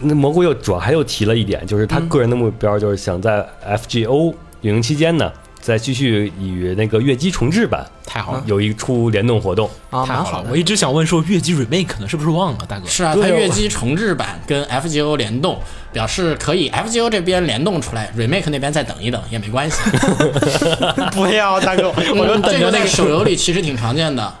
S4: 那蘑菇又主要还又提了一点，就是他
S5: 嗯
S4: 个人的目标就是想在 FGO 运营期间呢，再继续与那个月姬重置版
S2: 太好
S5: 啊
S2: 了，
S4: 有一出联动活动。
S3: 啊，
S2: 太
S3: 蛮
S2: 嗯好
S3: 好
S2: 了！
S3: 的
S2: 我。一直想问说月姬 remake 呢，是不是忘了，大哥？
S5: 是啊，它月姬重置版跟 FGO 联动，表示可以 FGO 这边联动出来，Remake 那边再等一等也没关系。嗯
S3: 不要大 哥，我
S5: 我
S3: 就
S5: 这
S3: 等
S5: 个
S3: 着那
S5: 在
S3: 个
S5: 手游里其实挺常见的。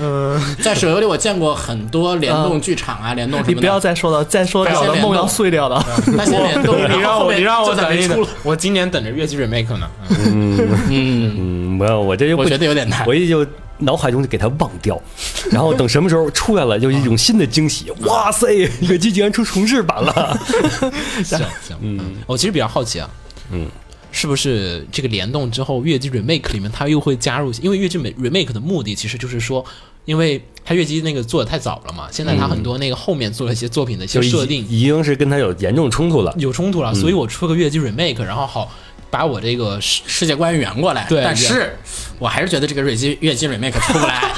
S5: 嗯，在手游里我见过很多联动剧场啊，联动什
S3: 你
S5: 么
S3: 不要
S5: 的。
S3: 再说了，再说
S5: 不要
S3: 搞得
S5: 联
S3: 梦要
S5: 动
S3: 碎掉 了。
S5: 那些联动，
S2: 你
S5: 然
S2: 让
S5: 后后
S2: 我
S5: 面
S2: 你让我
S5: 就
S2: 等
S5: 没
S2: 一
S5: 出
S2: 等
S5: 了。，
S2: 我今年等着月姬 remake 呢。嗯
S4: 嗯，没有，我这就不
S5: 我觉得有点 难
S4: 我也就脑海中就给它忘掉，然后等什么时候出来了，就一种新的惊喜。哇塞，月姬竟然出重置版了！
S2: 行行，嗯，我其实比较好奇啊，嗯，是不是这个联动之后，月姬 remake 里面它又会加入？因为月姬 remake 的目的其实就是说，因为它月姬那个做的太早了嘛，现在它很多那个后面做了一些作品的一些
S4: 嗯就已
S2: 设定
S4: 已嗯经是跟它有严重冲突了。
S2: 有冲突了，所以我出个月姬 remake，然后好把我这个是
S5: 世界观圆过来，
S2: 对
S5: 但是我还是觉得这个月姬 月姬 remake 出不来。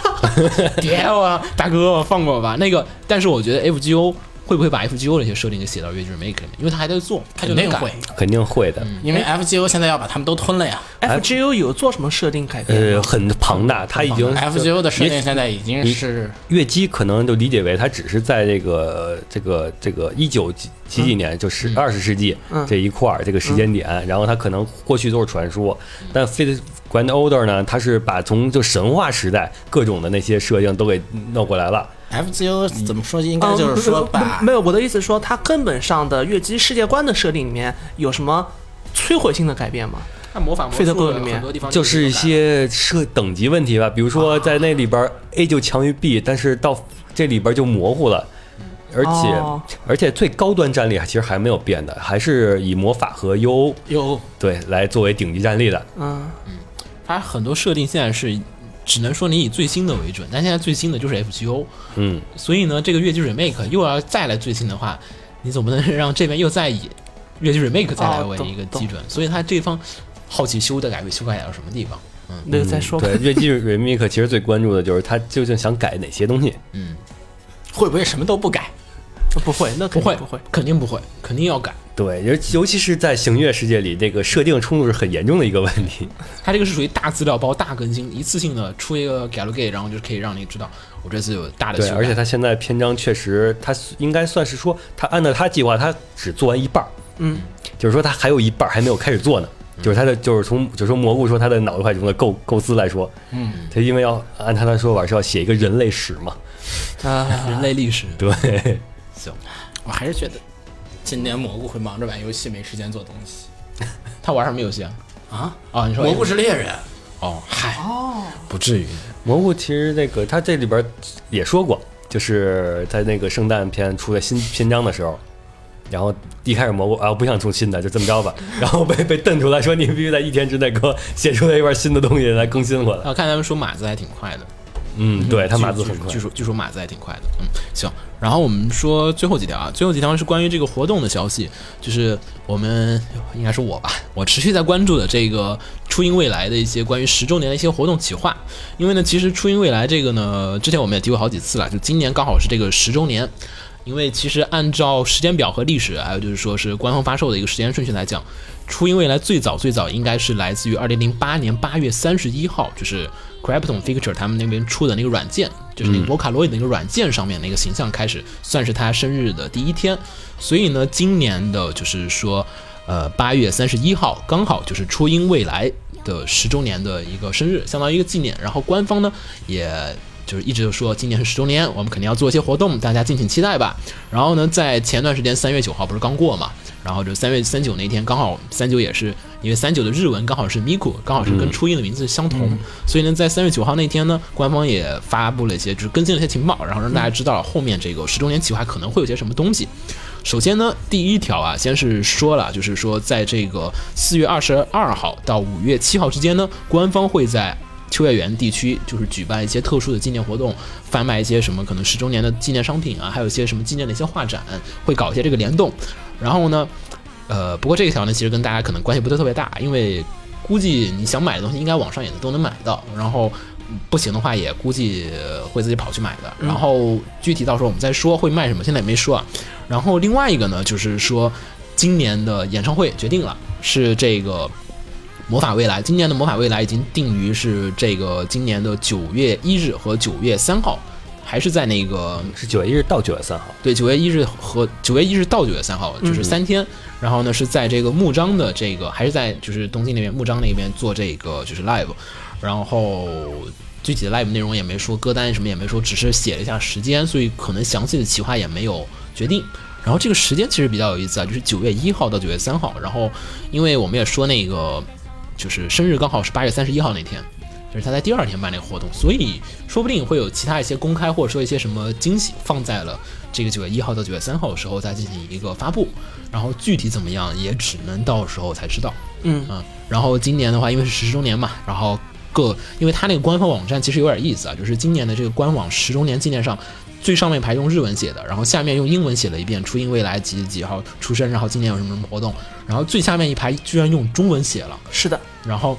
S2: 别我啊大哥放过我吧，那个，但是我觉得 FGO 会不会把 FGO 的一些设定给写到月姬 remake 里面？因为它还在做，它就
S5: 肯定
S2: 能改
S5: 会，，
S4: 肯定会的，
S5: 因为 FGO 现在要把他们都吞了呀。
S3: FGO 有做什么设定改变
S4: 呃，
S3: 吗？
S4: 很庞大，它已
S2: 嗯
S4: 经
S5: FGO 嗯的设
S4: 也
S5: 定现在已经是
S4: 月姬可能就理解为它只是在这个这个这个一九几几几年，就是二十世纪这一块儿这个时间点，然后它可能过去都是传说，但 Fate Grand Order 呢，它是把从就神话时代各种的那些设定都给弄过来了。
S5: FGO 怎么说，应
S3: 嗯
S5: 该就是说
S3: 不是
S5: 把
S3: 不没有我的意思说，它根本上的月姬世界观的设定里面有什么摧毁性的改变吗？
S2: 它模仿魔术
S3: 费德哥
S2: 的
S3: 里面
S2: 很多地方
S4: 就是一
S2: 这种
S4: 些设等级问题吧，比如
S3: 啊
S4: 说在那里边儿 A 就强于 B，但是到这里边儿就模糊了。而且、
S3: 哦
S4: 而且最高端战力其实还没有变的，还是以魔法和 UO
S5: 有
S4: 对来作为顶级战力的。
S3: 嗯，
S2: 感它很多设定现在是只能说你以最新的为准，但现在最新的就是 FGO，
S4: 嗯，
S2: 所以呢，这个月姬 remake 又要再来最新的话，你总不能 让这边又再以月姬 remake 再来
S3: 哦
S2: 为
S3: 懂
S2: 一个
S3: 懂
S2: 基准，所以它这方好奇修的改会修改到什么地方？
S3: 那个再说吧。
S4: 对，月姬 remake 其实最关注的就是他究竟想改哪些东西。
S5: 会不会什么都不改？
S3: 不会，那
S2: 不
S3: 肯定
S2: 会，
S3: 不会。，
S2: 肯定不会，肯定要改。
S4: 对，尤尤其是在行月世界里，这个设定冲突是很严重的一个问题。
S2: 它这个是属于大资料包、大更新，一次性的出一个 Galgame，然后就可以让你知道我这次有大的
S4: 对，
S2: 修改。
S4: 而且他现在篇章确实，他应该算是说，他按照他计划，他只做完一半儿
S3: 嗯，
S4: 就是说他还有一半儿还没有开始做呢。就是他的，就是从就是说蘑菇说他的脑袋中的构构思来说，嗯，他因为要按他的说法是要写一个人类史嘛，
S3: 啊，
S2: 人类历史，
S4: 对，
S5: 我还是觉得今年蘑菇会忙着玩游戏，没时间做东西
S2: 他玩什么游戏啊？
S5: 啊。
S2: 哦，你说
S5: 蘑菇是猎人，
S2: 哦，嗨，哦，不至于，
S4: 蘑菇其实那个他这里边也说过，就是在那个圣诞篇出的新篇章的时候，然后一开始蘑菇啊不想出新的，就这么着吧，然后被被瞪出来说你必须在一天之内给我写出来一本新的东西来更新回来。
S2: 啊，看他们说码子还挺快的，
S4: 嗯，对他码字很快
S2: 据，说据说码子还挺快的，嗯，行。然后我们说最后几条啊，最后几条是关于这个活动的消息，就是我们应该是我吧，我持续在关注的这个初音未来的一些关于十周年的一些活动企划。因为呢，其实初音未来这个呢，之前我们也提过好几次了，就今年刚好是这个十周年。因为其实按照时间表和历史，还有就是说是官方发售的一个时间顺序来讲，初音未来最早最早应该是来自于二零零八年八月三十一号，就是 Krypton Picture 他们那边出的那个软件，就是那个 Vocaloid 那个软件上面那个形象开始，算是他生日的第一天。所以呢，今年的就是说，呃，八月三十一号刚好就是初音未来的十周年的一个生日，相当于一个纪念。然后官方呢也就是一直就说今年是十周年，我们肯定要做一些活动，大家敬请期待吧。然后呢，在前段时间三月九号不是刚过嘛，然后就三月三九那天刚好三九也是因为三九的日文刚好是 Miku，刚好是跟初音的名字相同，所以呢，在三月九号那天呢，官方也发布了一些就是更新了一些情报，然后让大家知道后面这个十周年企划可能会有些什么东西。首先呢，第一条啊，先是说了，就是说在这个四月二十二号到五月七号之间呢，官方会在秋叶原地区就是举办一些特殊的纪念活动，贩卖一些什么可能十周年的纪念商品啊，还有一些什么纪念的一些画展，会搞一些这个联动。然后呢，呃，不过这一条呢，其实跟大家可能关系不是特别大，因为估计你想买的东西应该网上也都能买到，然后不行的话也估计呃会自己跑去买的。然后具体到时候我们再说会卖什么，现在也没说啊。然后另外一个呢，就是说今年的演唱会决定了是这个。魔法未来，今年的魔法未来已经定于是这个今年的九月一日和九月三号，还是在那个
S4: 是九月一日到九月三号。
S2: 对，九月一日和九月一日到九月三号，就是三天。然后呢，是在这个木章的这个，还是在就是东京那边木章那边做这个就是 live，然后具体的 live 内容也没说，歌单什么也没说，只是写了一下时间，所以可能详细的企划也没有决定。然后这个时间其实比较有意思啊，就是九月一号到九月三号。然后，因为我们也说那个就是生日刚好是八月三十一号那天，就是他在第二天办那个活动，所以说不定会有其他一些公开或者说一些什么惊喜放在了这个九月一号到九月三号的时候再进行一个发布，然后具体怎么样也只能到时候才知道。
S3: 嗯
S2: 啊，然后今年的话，因为是十周年嘛，然后各因为它那个官方网站其实有点意思啊，就是今年的这个官网十周年纪念上。最上面排用日文写的，然后下面用英文写了一遍初音未来几几几号出生，然后今年有什么什么活动，然后最下面一排居然用中文写了，
S3: 是的，
S2: 然后，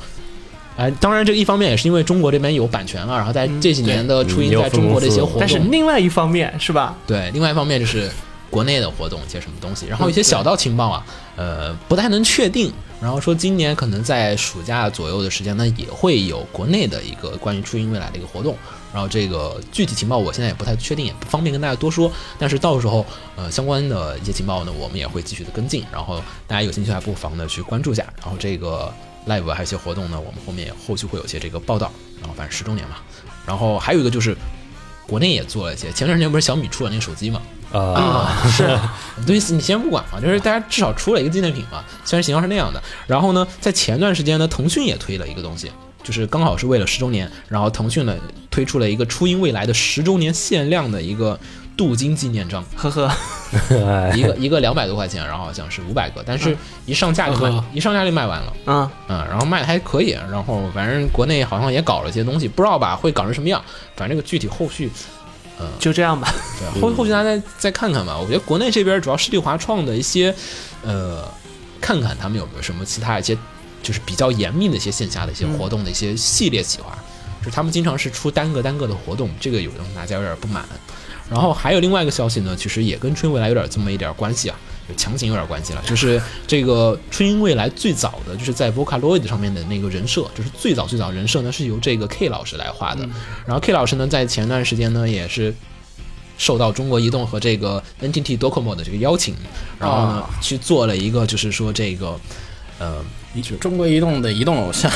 S2: 哎，当然这一方面也是因为中国这边有版权了，啊然后在这几年的初音
S4: 嗯
S2: 在中国的一些活
S3: 但是
S2: 动，
S3: 另外一方面是吧？
S2: 对，另外一方面就是国内的活动一些什么东西，然后一些小道情报啊，呃，不太能确定。然后说今年可能在暑假左右的时间呢，也会有国内的一个关于初音未来的一个活动。然后这个具体情报我现在也不太确定，也不方便跟大家多说。但是到时候呃相关的一些情报呢，我们也会继续的跟进。然后大家有兴趣还不妨呢去关注一下。然后这个 live 还有一些活动呢，我们后面也后续会有一些这个报道。然后反正十周年嘛。然后还有一个就是国内也做了一些，前段时间不是小米出了那个手机嘛？
S4: 啊，
S2: 对，你先不管嘛，就是大家至少出了一个纪念品嘛，虽然型号是那样的。然后呢，在前段时间呢，腾讯也推了一个东西，就是刚好是为了十周年，然后腾讯呢推出了一个初音未来的十周年限量的一个镀金纪念章，
S3: 呵呵，
S4: 哎
S2: 一个一个两百多块钱，然后好像是五百个，但是一上架就卖，一上架就卖完了。
S3: 嗯，
S2: 嗯，然后卖的还可以，然后反正国内好像也搞了一些东西，不知道吧会搞成什么样，反正这个具体后续
S3: 就这样吧。
S2: 对，后后续大家再再看看吧。我觉得国内这边主要是利华创的一些，呃，看看他们有没有什么其他一些就是比较严密的一些线下的一些活动的一些系列企划，就是他们经常是出单个单个的活动，这个有让大家有点不满。然后还有另外一个消息呢，其实也跟春未来有点这么一点关系啊，就强行有点关系了，就是这个春音未来最早的就是在 Vocaloid 上面的那个人设，就是最早最早人设呢是由这个 K 老师来画的，然后 K 老师呢在前段时间呢也是受到中国移动和这个 NTT Docomo 的这个邀请，然后
S4: 啊
S2: 呢、去做了一个就是说这个，呃，
S5: 中国移动的移动 偶像，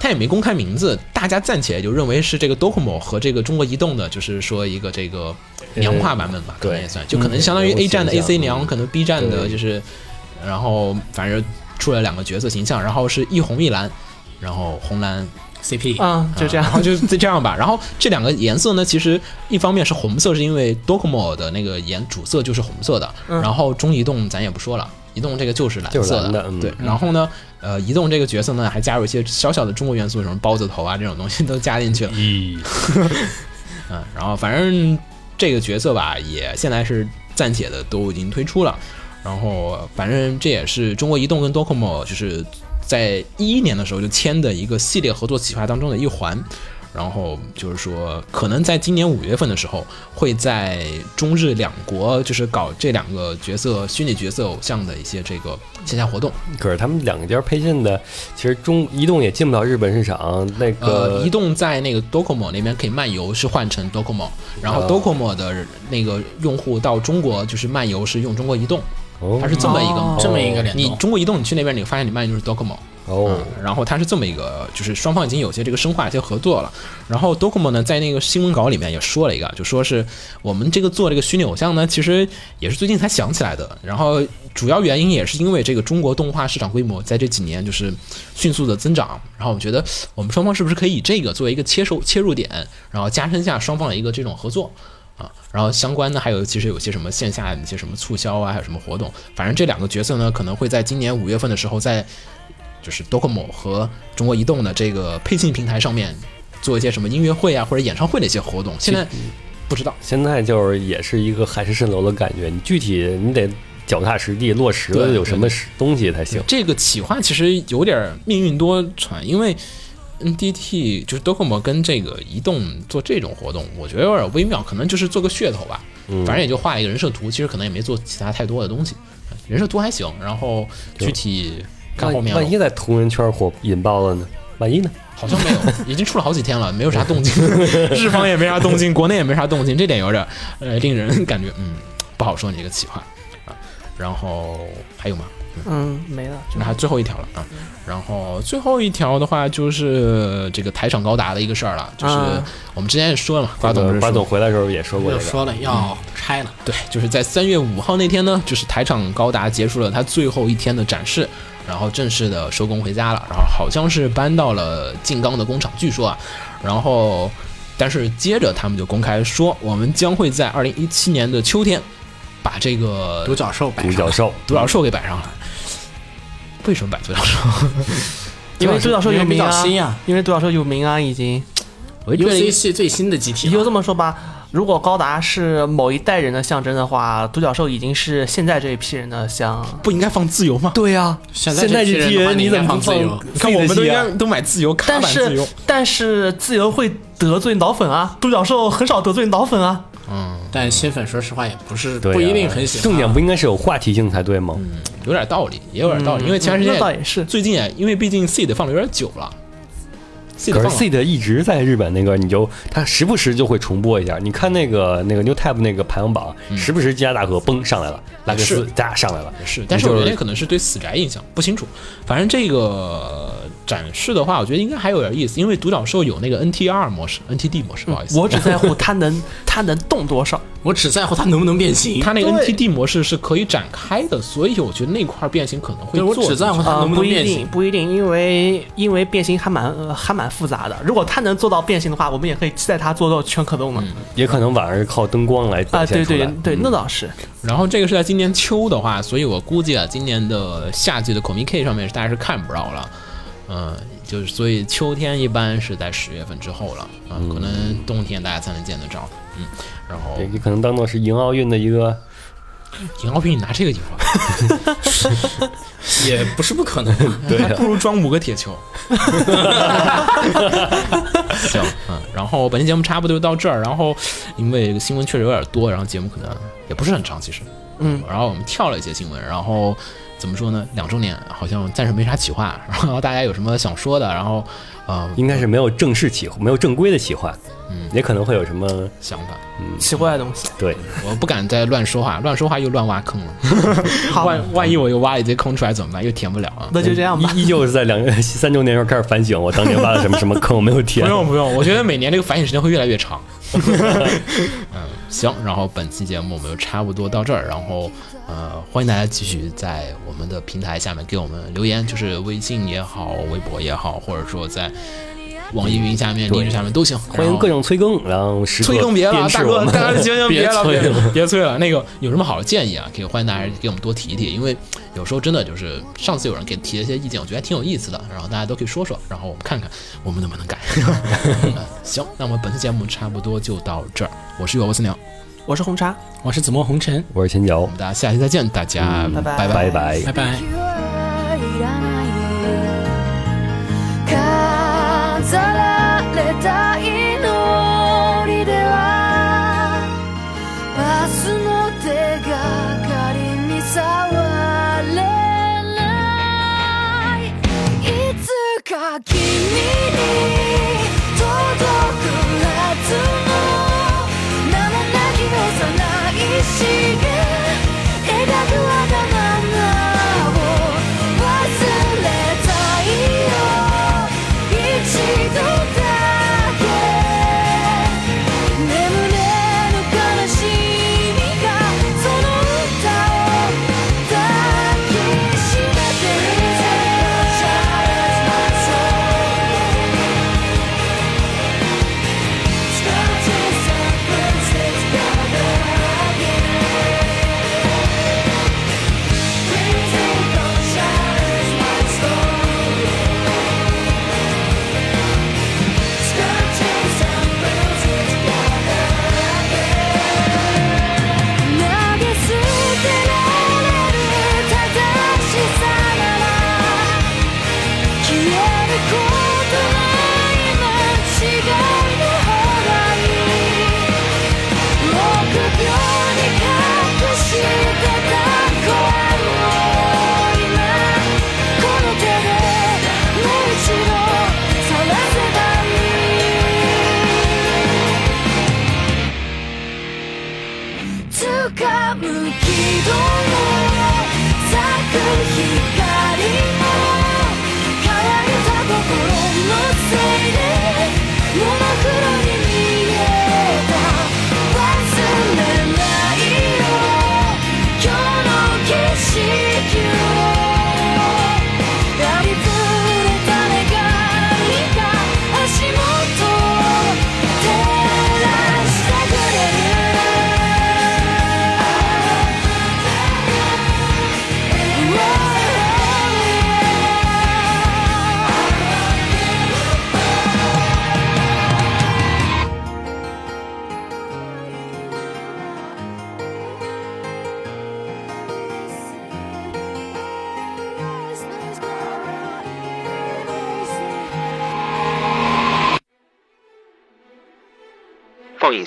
S2: 他也没公开名字，大家暂且就认为是这个 Docomo 和这个中国移动的，就是说一个这个娘化版本吧，可能也算，就可能相当于
S4: 嗯
S2: A 站的
S4: 有形
S2: AC
S4: 象
S2: 娘，
S4: 嗯
S2: 可能 B 站的
S4: 对
S2: 就是，然后反正出了两个角色形象，然后是一红一蓝，然后红蓝
S5: CP，、
S2: 哦
S3: 嗯，就这样
S2: 然。后啊就就这样吧。然后这两个颜色呢，其实一方面是红色，是因为 Docomo 的那个颜主色就是红色的，
S3: 嗯
S2: 然后中移动咱也不说了。移动这个就是蓝
S4: 就是
S2: 色
S4: 蓝的嗯
S2: 对。然后呢，呃，移动这个角色呢还加入一些小小的中国元素，什么包子头啊这种东西都加进去了。
S4: 咦，
S2: 嗯，然后反正这个角色吧，也现在是暂且的都已经推出了。然后反正这也是中国移动跟 Docomo 就是在一一年的时候就签的一个系列合作企划当中的一环。然后就是说，可能在今年五月份的时候，会在中日两国就是搞这两个角色虚拟角色偶像的一些这个线下活动。
S4: 可是他们两家配信的，其实中移动也进不了日本市场。那
S2: 呃，
S4: 个
S2: 移动在那个 Docomo 那边可以漫游是换成 Docomo，然后
S4: 哦
S2: Docomo 的那个用户到中国就是漫游是用中国移动，
S4: 哦
S2: 它是这么一个
S3: 哦
S2: 模式。
S5: 这么一个联
S2: 你
S5: 动，
S2: 中国移动你去那边，你发现你卖的就是 Docomo，
S4: 哦，
S2: 然后它是这么一个，就是双方已经有些这个深化、一些合作了。然后 Docomo 呢，在那个新闻稿里面也说了一个，就说是我们这个做这个虚拟偶像呢，其实也是最近才想起来的。然后主要原因也是因为这个中国动画市场规模在这几年就是迅速的增长。然后我们觉得我们双方是不是可以以这个作为一个切入切入点，然后加深一下双方的一个这种合作。啊，然后相关的还有其实有些什么线下的一些什么促销啊，还有什么活动，反正这两个角色呢，可能会在今年五月份的时候在就是 Docomo 和中国移动的这个配信平台上面做一些什么音乐会啊或者演唱会的一些活动。现在不知道，
S4: 现在就是也是一个海市蜃楼的感觉，你具体你得脚踏实地落实了
S2: 对嗯
S4: 有什么东西才行。
S2: 这个企划其实有点儿命运多舛，因为 NDT 就是 Docomo 跟这个移动做这种活动，我觉得有点微妙，可能就是做个噱头吧。
S4: 嗯
S2: 反正也就画一个人设图，其实可能也没做其他太多的东西。人设图还行，然后具体看后
S4: 万
S2: 面
S4: 万一在同人圈火引爆了呢？万一呢？
S2: 好像没有，已经出了好几天了，没有啥动静，日方也没啥动静，国内也没啥动静，这点有点呃令人感觉嗯不好说你这个企划啊。然后还有吗？
S3: 嗯，没了。
S2: 那还最后一条了啊。然后最后一条的话就是这个台场高达的一个事儿了，就是
S3: 啊
S2: 我们之前也说了嘛，瓜
S4: 这
S2: 总
S4: 个
S2: 瓜
S4: 瓜总回来的时候也说过
S5: 我
S4: 这
S5: 就
S4: 个，
S5: 说了要拆了，
S2: 对，就是在三月五号那天呢，就是台场高达结束了它最后一天的展示，然后正式的收工回家了，然后好像是搬到了静冈的工厂，据说啊，然后但是接着他们就公开说，我们将会在二零一七年的秋天把这个
S5: 独角兽摆
S4: 独
S5: 上
S4: 角
S5: 了，
S4: 兽，
S2: 独角兽给摆上来。为什么摆独角兽？
S3: 因为独角兽有名
S5: 因为比较新
S3: 啊
S5: 啊，
S3: 因为独角兽有名啊，已经。
S2: 我觉得
S5: UC 系最新的集体
S3: 你就
S5: 了，
S3: 这么说吧，如果高达是某一代人的象征的话，独角兽已经是现在这一批人的象。
S2: 不应该放自由吗？
S3: 对呀、
S5: 现在这批人的话你应该放自由？
S2: 你看我们都应该都买啊自啊由卡
S3: 但
S2: 版自由
S3: 是。但是自由会得罪脑粉啊，独角兽很少得罪脑粉啊。
S5: 但新粉说实话也不是
S4: 对呀
S5: 不一定很喜欢，
S2: 啊
S4: 重点不应该是有话题性才对吗？
S2: 有点道理，也有点道理，因为前段时间
S3: 嗯那倒也是
S2: 最近啊，因为毕竟 seed 放的有点久了，seed
S4: 可
S2: 放
S4: 是
S2: 了
S4: Seed 一直在日本那个，你就他时不时就会重播一下。你看那个那个 New Type 那个排行榜，时不时加大河嘣上来了，拉克斯
S2: 嗯是
S4: 哒上来了，
S2: 是，但是
S4: 就
S2: 我觉
S4: 是
S2: 得那可能是对死宅印象不清楚。反正这个展示的话，我觉得应该还有点意思，因为独角兽有那个 NTR 模式、NTD 模式，不好意思，
S3: 嗯我只在 乎它能它能动多少。
S5: 我只在乎它能不能变 形，
S2: 它那个
S3: 对
S2: NTD 模式是可以展开的，所以我觉得那块变形可能会
S5: 对
S2: 做
S5: 我
S2: 进去。
S5: 只在乎它
S3: 啊、
S5: 能不
S3: 不
S5: 能
S3: 一
S5: 变
S3: 定，
S5: 形。
S3: 不一定，因为因为变形还蛮、呃、还蛮复杂的。如果它能做到变形的话，我们也可以期待它做到全可动嘛。
S4: 也可能晚上是靠灯光来
S3: 啊，
S4: 表
S3: 对
S4: 现出来。嗯
S3: 对对，那倒是。
S2: 然后这个是在今年秋的话，所以我估计啊，今年的夏季的 Comic K 上面大家是看不着了，嗯，就是所以秋天一般是在十月份之后了，啊、可能冬天大家才能见得着，嗯，然后
S4: 也也可能当做是迎奥运的一个，
S2: 银奥平你拿这个地方，
S5: 也不是不可能。
S4: 对
S2: 还 不如装五个铁球。 行，嗯，然后本期节目差不多就到这儿，然后因为这个新闻确实有点多，然后节目可能也不是很长，其实，嗯，然后我们跳了一些新闻，然后怎么说呢？两周年好像暂时没啥企划，然后大家有什么想说的，然后呃
S4: 应该是没有正式企划，没有正规的企划，嗯，也可能会有什么
S2: 想法，
S3: 奇怪的东 西。
S4: 对，
S2: 我不敢再乱说话，乱说话又乱挖坑了，
S3: 好，
S2: 万万一我又挖一堆坑出来怎么办？又填不了啊。
S3: 那就这样吧。
S4: 依依旧是在两三周年时候开始反省，我当年挖了什么什么坑，我没有填
S2: 不。用不用，我觉得每年这个反省时间会越来越长。嗯，行，然后本期节目我们就差不多到这儿，然后呃，欢迎大家继续在我们的平台下面给我们留言，就是微信也好，微博也好，或者说在网易云下面、荔枝下面都行。
S4: 欢迎各种催更，然后时刻
S2: 催更别了，
S4: 鞭
S2: 大
S4: 笞
S2: 哥
S4: 我，们
S2: 大家 行行
S5: 别
S2: 了，
S5: 催
S2: 别
S5: 了
S2: 别催了。那个有什么好的建议啊？可以欢迎大家给我们多提一提，因为有时候真的就是上次有人给提了一些意见，我觉得还挺有意思的，然后大家都可以说说，然后我们看看我们能不能改。 行，那我们本期节目差不多就到这儿，我是有我思鸟，
S3: 我是红茶。
S5: 我是紫陌红尘，
S4: 我是前脚
S2: 我，们大家下期再见，大家、
S3: 嗯拜拜
S2: 拜
S4: 拜拜。
S5: 拜拜。
S6: はいらない飾られた祈りでは明日の手がかりに触れないいつか君に届くはずの名もなき幼い詩が描く頭
S7: 放映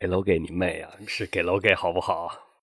S4: 给楼给你妹啊，是给楼给好不好？